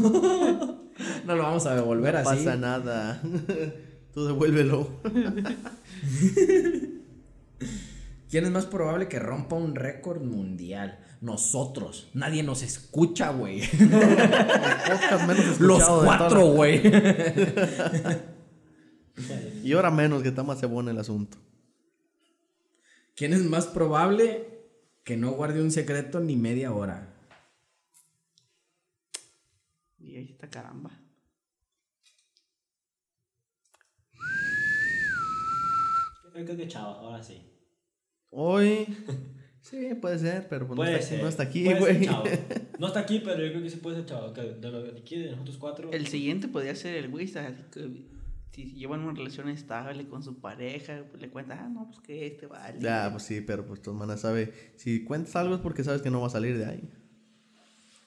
Speaker 1: no lo vamos a devolver
Speaker 2: No
Speaker 1: así.
Speaker 2: pasa nada. Tú devuélvelo.
Speaker 1: ¿Quién es más probable que rompa un récord mundial? Nosotros. Nadie nos escucha, güey.
Speaker 2: Podcast menos escuchado
Speaker 1: Los
Speaker 2: de toda la-
Speaker 1: cuatro, güey.
Speaker 2: Y ahora menos que está más cebón el asunto.
Speaker 1: ¿Quién es más probable que no guarde un secreto ni media hora?
Speaker 3: Y ahí está caramba.
Speaker 4: Yo creo que chava, ahora sí.
Speaker 2: Hoy. Sí, puede ser, pero pues,
Speaker 4: Puede
Speaker 2: no, está,
Speaker 4: ser.
Speaker 2: no está aquí,
Speaker 4: puede ser
Speaker 2: güey.
Speaker 4: Chava. No está aquí, pero yo creo que sí puede ser chavo. Que de lo- de aquí, de nosotros cuatro.
Speaker 3: El siguiente podría ser el güey, ¿sabes? Que si llevan una relación estable con su pareja, pues le cuentas, ah, no, pues que este vale.
Speaker 2: Ya, pues sí, pero pues tu hermana sabe. Si cuentas algo es porque sabes que no va a salir de ahí.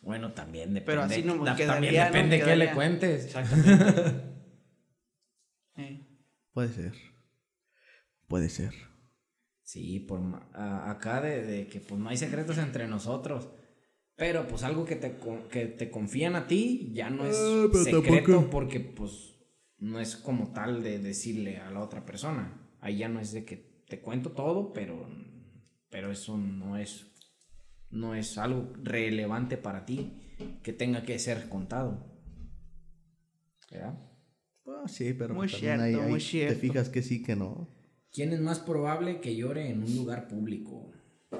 Speaker 1: Bueno, también depende.
Speaker 3: Pero así no me
Speaker 1: da- También
Speaker 3: quedaría, no me
Speaker 1: depende qué le
Speaker 3: quedaría.
Speaker 1: cuentes.
Speaker 4: Exactamente.
Speaker 3: Eh,
Speaker 2: Puede ser. Puede ser.
Speaker 1: Sí, por ma- a- acá de, de que pues no hay secretos entre nosotros. Pero pues algo que te, con- que te confían a ti ya no es
Speaker 2: Ah, pero
Speaker 1: secreto
Speaker 2: tampoco.
Speaker 1: porque pues no es como tal de decirle a la otra persona. Ahí ya no es de que te cuento todo, pero, pero eso no es, no es algo relevante para ti que tenga que ser contado. ¿Verdad?
Speaker 2: Ah, sí, pero
Speaker 3: Muy
Speaker 2: pues, también
Speaker 3: cierto,
Speaker 2: ahí-
Speaker 3: muy
Speaker 2: ahí
Speaker 3: cierto.
Speaker 2: te fijas que sí, que no.
Speaker 1: ¿Quién es más probable que llore en un lugar público?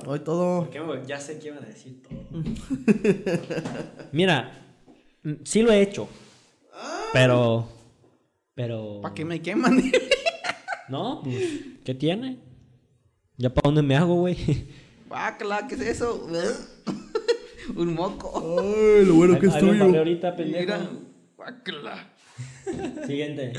Speaker 2: Hoy todo.
Speaker 4: Porque, güey, ya sé que iban a decir todo. Mira, mm, sí lo he hecho. Pero. Pero.
Speaker 3: ¿Para qué me queman?
Speaker 4: No, pues, ¿qué tiene? ¿Ya para dónde me hago, güey?
Speaker 3: Bácala, ¿qué es eso? Un moco.
Speaker 2: Ay, lo bueno que es
Speaker 4: Ahí- ahí lo embarré
Speaker 2: tuyo.
Speaker 4: ahorita, pendejo.
Speaker 2: Oh.
Speaker 3: Mira, bácala.
Speaker 4: Siguiente.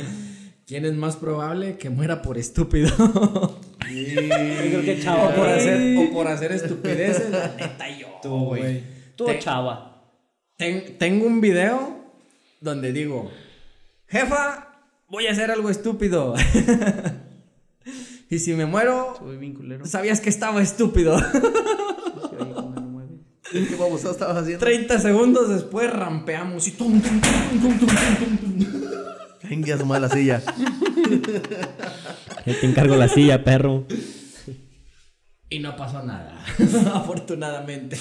Speaker 1: ¿Quién es más probable que muera por estúpido?
Speaker 4: Yo creo que
Speaker 1: O
Speaker 4: chava.
Speaker 1: por
Speaker 4: güey.
Speaker 1: hacer, o por hacer estupideces. La neta, yo,
Speaker 4: Tú, güey. Tú,
Speaker 1: Te-
Speaker 4: chava.
Speaker 1: Ten- tengo un video donde digo, jefa, voy a hacer algo estúpido. y si me muero,
Speaker 3: Soy bien culero.
Speaker 1: sabías que estaba estúpido.
Speaker 3: Sí, oye, cómo me lo mueve.
Speaker 2: ¿Qué babosa estabas haciendo?
Speaker 1: 30 segundos después rampeamos y tum, tum, tum, tum, tum, tum, tum, tum.
Speaker 2: Venga, a sumar la silla.
Speaker 4: Yo te encargo la silla, perro.
Speaker 1: Y no pasó nada, afortunadamente.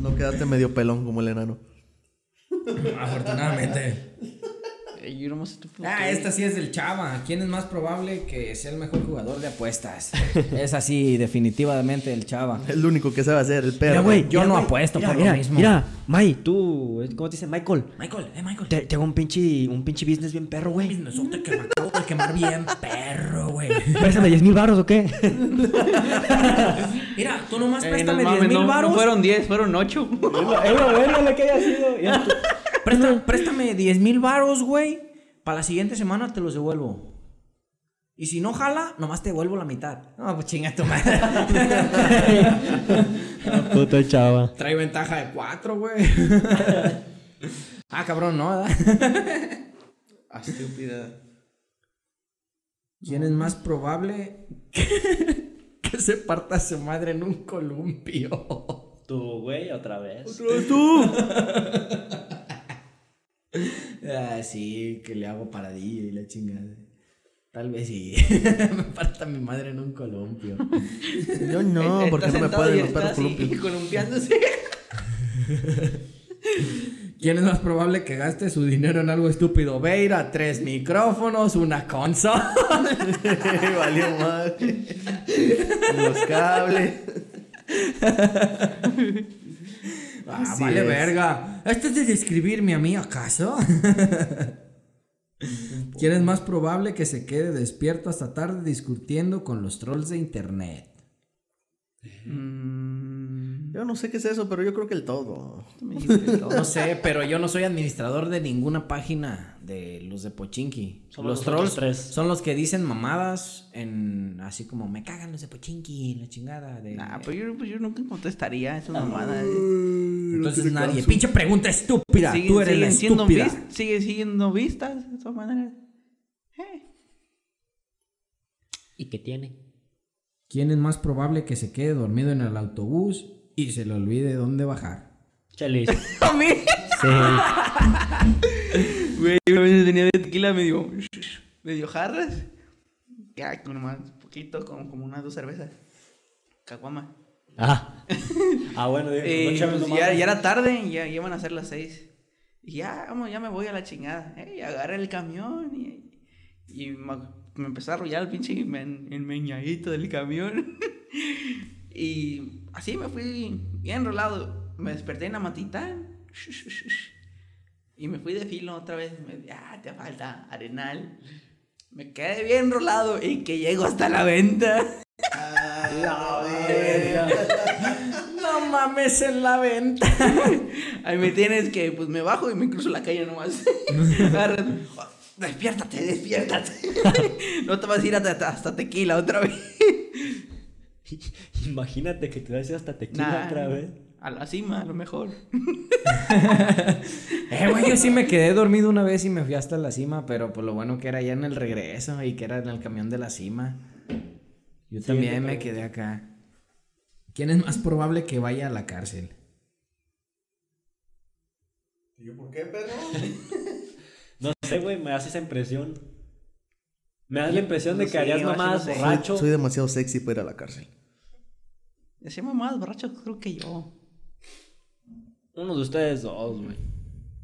Speaker 2: No quedaste medio pelón como el enano.
Speaker 1: afortunadamente.
Speaker 3: Eh, yo nomás estoy
Speaker 1: Ah, esta sí es del Chava. ¿Quién es más probable que sea el mejor jugador de apuestas? es así, definitivamente el Chava.
Speaker 2: Es lo único que sabe hacer, el perro.
Speaker 6: Mira, güey.
Speaker 1: Yo
Speaker 6: mira,
Speaker 1: no
Speaker 6: güey,
Speaker 1: apuesto
Speaker 6: mira,
Speaker 1: por lo
Speaker 6: mira,
Speaker 1: mismo.
Speaker 6: Mira, May, tú, ¿cómo te dice? Michael.
Speaker 1: Michael, eh, Michael.
Speaker 6: Te- Tengo un pinche, un pinche business bien perro, güey.
Speaker 1: Minnesota que me acabo de quemar bien, perro, güey.
Speaker 6: Préstame 10 mil baros o qué.
Speaker 1: Mira, tú nomás
Speaker 3: Eh,
Speaker 1: préstame
Speaker 3: no
Speaker 1: 10
Speaker 3: mames, no-
Speaker 1: mil
Speaker 3: no
Speaker 1: varos.
Speaker 3: fueron 10, fueron 8.
Speaker 6: Es lo bueno lo que haya sido.
Speaker 1: Presta- préstame 10 mil varos, güey. Para la siguiente semana te los devuelvo. Y si no jala, nomás te devuelvo la mitad. No, pues chinga tu madre.
Speaker 6: Puta chava.
Speaker 1: Trae ventaja de 4, güey. ah, cabrón, no, ¿verdad?
Speaker 2: Ah, estúpida.
Speaker 1: ¿Quién es más probable que, que se parta su madre en un columpio?
Speaker 6: Tu güey otra vez.
Speaker 1: ah, sí, que le hago paradillo y la chingada. Tal vez sí. me parta mi madre en un columpio.
Speaker 2: Yo no, porque no me pueden los perros columpios.
Speaker 3: columpiándose.
Speaker 1: ¿Quién es más probable que gaste su dinero en algo estúpido? Veira, tres micrófonos, una Ah, consola.
Speaker 2: Valió madre. Los cables.
Speaker 1: Ah,
Speaker 2: Así
Speaker 1: vale
Speaker 2: es.
Speaker 1: verga. ¿Esto es de describirme a mí acaso? ¿Quién es más probable que se quede despierto hasta tarde discutiendo con los trolls de internet?
Speaker 2: Yo no sé qué es eso, pero yo creo que el todo.
Speaker 1: No sé, pero yo no soy administrador de ninguna página de los de Pochinki.
Speaker 6: Somos
Speaker 1: los
Speaker 6: nosotros
Speaker 1: trolls
Speaker 6: tres.
Speaker 1: son los que dicen mamadas en así como me cagan los de Pochinki, la chingada de
Speaker 3: Nah, pues yo, pues yo nunca contestaría eh. esa
Speaker 1: eh.
Speaker 3: mamada.
Speaker 1: Entonces nadie, pinche pregunta estúpida, tú eres la
Speaker 3: siendo
Speaker 1: estúpida.
Speaker 3: vis- siguen siendo vistas de todas maneras. Eh.
Speaker 6: ¿Y qué tiene?
Speaker 1: ¿Quién es más probable que se quede dormido en el autobús y se le olvide dónde bajar?
Speaker 6: Chelis.
Speaker 3: A mí,
Speaker 6: Sí.
Speaker 3: güey, una vez tenía de tequila medio, medio jarras. Ya, con más poquito, como, como unas dos cervezas. Caguama.
Speaker 6: Ah. Ah, bueno, digo,
Speaker 3: Eh,
Speaker 6: no chaves
Speaker 3: pues,
Speaker 6: nomás.
Speaker 3: ya, ya era tarde, ya, ya iban a ser las seis. Y ya, vamos, ya me voy a la chingada. Eh, y agarré el camión y, y me, me empezó a arrollar el pinche men- el meñadito del camión. y así me fui bien enrolado. Me desperté en la matitán. Y me fui de filo otra vez. Me, ah, te falta arenal. Me quedé bien enrolado y que llego hasta la venta.
Speaker 1: No mames en la venta.
Speaker 3: Ahí me tienes que, pues me bajo y me cruzo la calle nomás. Agarra, "Oh, despiértate, despiértate. no te vas a ir hasta, hasta tequila otra vez.
Speaker 6: Imagínate que te das hasta tequila
Speaker 3: Nah,
Speaker 6: otra vez.
Speaker 3: A la cima, a lo mejor.
Speaker 1: Eh, güey, yo sí me quedé dormido una vez y me fui hasta la cima, pero pues lo bueno que era ya en el regreso y que era en el camión de la cima. Yo también me quedé acá. ¿Quién es más probable que vaya a la cárcel?
Speaker 2: ¿Yo por qué, perro?
Speaker 6: No sé, güey, me das esa impresión. Me das la impresión de
Speaker 3: No
Speaker 6: que
Speaker 3: sé,
Speaker 6: harías
Speaker 3: yo así
Speaker 6: nomás
Speaker 3: no sé.
Speaker 6: borracho.
Speaker 2: Soy demasiado sexy para ir a la cárcel.
Speaker 3: Decimos más borracho, creo que yo.
Speaker 6: Uno de ustedes dos, güey.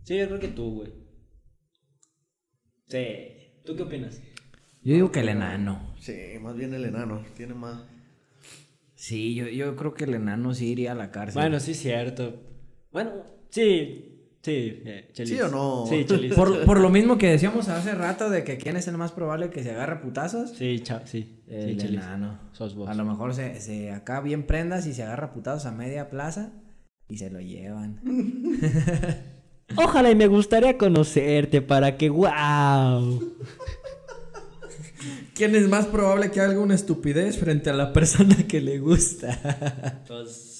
Speaker 6: Sí, yo creo que tú, güey. Sí. ¿Tú qué opinas?
Speaker 1: Yo digo que el enano.
Speaker 2: Sí, más bien el enano. Tiene más.
Speaker 1: Sí, yo, yo creo que el enano sí iría a la cárcel.
Speaker 6: Bueno, sí, cierto. Bueno, sí. Sí, eh, Chelis.
Speaker 2: ¿Sí o no?
Speaker 6: Sí, Chelis.
Speaker 1: por, por lo mismo que decíamos hace rato de que quién es el más probable que se agarra putazos.
Speaker 6: Sí, cha- sí. sí,
Speaker 1: El
Speaker 6: Chelis.
Speaker 1: enano.
Speaker 6: Sos vos.
Speaker 1: A lo mejor se, se acá bien prendas y se agarra putados a media plaza y se lo llevan.
Speaker 6: Ojalá y me gustaría conocerte para que, wow.
Speaker 1: ¿Quién es más probable que haga una estupidez frente a la persona que le gusta?
Speaker 6: Pues.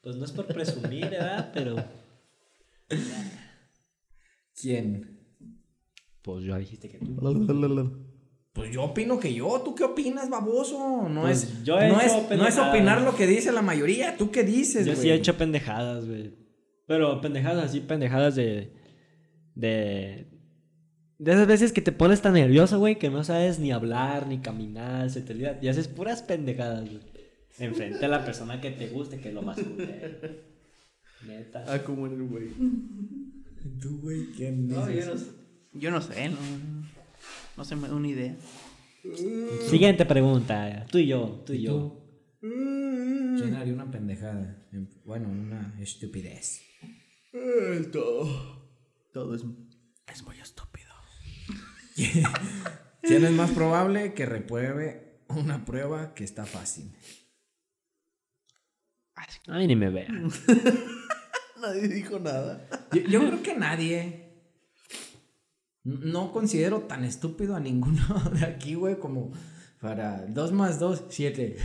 Speaker 6: Pues no es por presumir, ¿verdad? Pero.
Speaker 1: ¿Quién?
Speaker 6: Pues ya dijiste que tú.
Speaker 1: Pues yo opino que yo, ¿tú qué opinas, baboso? No
Speaker 6: Pues
Speaker 1: es
Speaker 6: yo he
Speaker 1: no
Speaker 6: hecho
Speaker 1: es, no es
Speaker 6: pendejadas.
Speaker 1: opinar lo que dice la mayoría, ¿tú qué dices,
Speaker 6: Yo
Speaker 1: güey?
Speaker 6: sí he hecho pendejadas, güey. Pero pendejadas así, pendejadas de. De. De esas veces que te pones tan nervioso, güey, que no sabes ni hablar, ni caminar, se te olvida. Y haces puras pendejadas, güey. Enfrente a la persona que te guste, que es lo más culero. Neta.
Speaker 2: como el Ah, güey.
Speaker 1: Tú, güey, ¿quién
Speaker 5: No,
Speaker 1: dices?
Speaker 5: yo no sé.
Speaker 6: Yo no sé, no, no, no se me da una idea.
Speaker 4: Siguiente pregunta. Tú y yo, tú y yo.
Speaker 1: ¿Quién haría una pendejada? Bueno, una estupidez.
Speaker 2: Todo es.
Speaker 6: Es muy estúpido.
Speaker 1: ¿Quién es más probable que repruebe una prueba que está fácil?
Speaker 4: Ay, ni me vea.
Speaker 2: Nadie dijo nada.
Speaker 1: Yo, yo creo que nadie. N- No considero tan estúpido a ninguno de aquí, güey, como para 2 más 2, 7.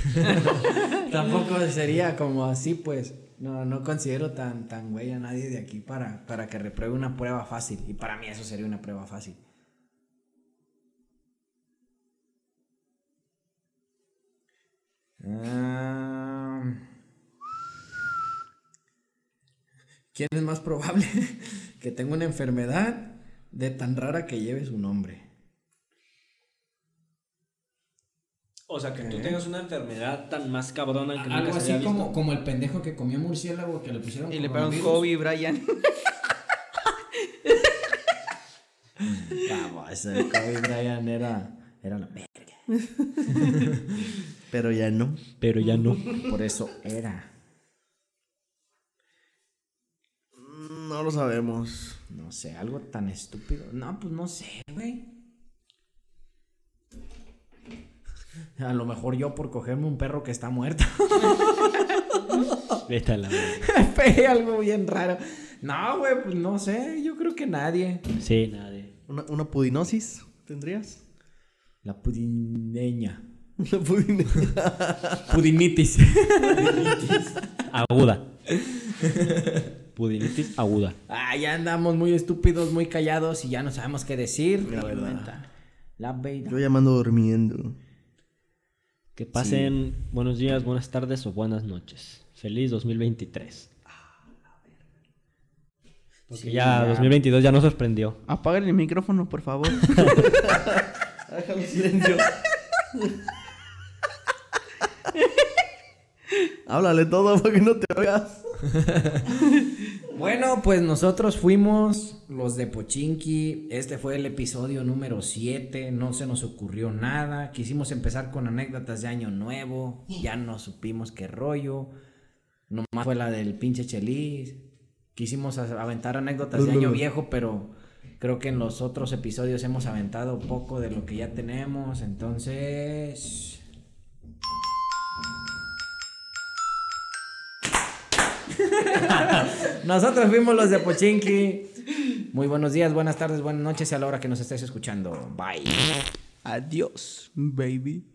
Speaker 1: Tampoco sería como así, pues. No, no considero tan, tan güey a nadie de aquí para, para que repruebe una prueba fácil. Y para mí eso sería una prueba fácil. Ah. ¿Quién es más probable que tenga una enfermedad de tan rara que lleve su nombre?
Speaker 4: O sea, que tú tengas una enfermedad tan más cabrona que nunca
Speaker 1: Algo
Speaker 4: se
Speaker 1: así
Speaker 4: había visto.
Speaker 1: como, como el pendejo que comió murciélago que le pusieron
Speaker 6: Y le pegaron
Speaker 1: coronavirus.
Speaker 6: Kobe Bryant.
Speaker 1: Vamos, ese Kobe Bryant era, era la verga.
Speaker 2: Pero ya no.
Speaker 4: Pero ya no.
Speaker 1: Por eso era.
Speaker 2: No lo sabemos.
Speaker 1: No sé, algo tan estúpido. No, pues no sé, güey. A lo mejor yo por cogerme un perro que está muerto.
Speaker 4: Vete a la
Speaker 1: Pegué algo bien raro. No, güey, pues no sé. Yo creo que nadie.
Speaker 4: Sí, nadie.
Speaker 2: ¿Una, una pudinosis tendrías?
Speaker 1: La pudineña.
Speaker 2: Una pudinosis.
Speaker 1: Pudinitis.
Speaker 4: Aguda. Pudinitis aguda.
Speaker 1: Ah, ya andamos muy estúpidos, muy callados y ya no sabemos qué decir.
Speaker 2: La verdad.
Speaker 1: La verdad.
Speaker 2: Yo llamando durmiendo.
Speaker 4: Que pasen buenos días, buenas tardes o buenas noches. Feliz 2023. Porque
Speaker 1: Sí,
Speaker 4: ya,
Speaker 1: ya.
Speaker 4: 2022 ya nos sorprendió.
Speaker 6: Apaguen el micrófono, por favor.
Speaker 2: Déjalo silencio. Háblale todo para que no te oigas.
Speaker 1: Bueno, pues nosotros fuimos los de Pochinki. Este fue el episodio número 7. No se nos ocurrió nada. Quisimos empezar con anécdotas de Año Nuevo. Ya no supimos qué rollo. Nomás fue la del pinche Chelis. Quisimos a- aventar anécdotas de Año Viejo, pero creo que en los otros episodios hemos aventado poco de lo que ya tenemos. Entonces. Nosotros fuimos los de Pochinki. Muy buenos días, buenas tardes, buenas noches y a la hora que nos estés escuchando. Bye.
Speaker 6: Adiós, baby.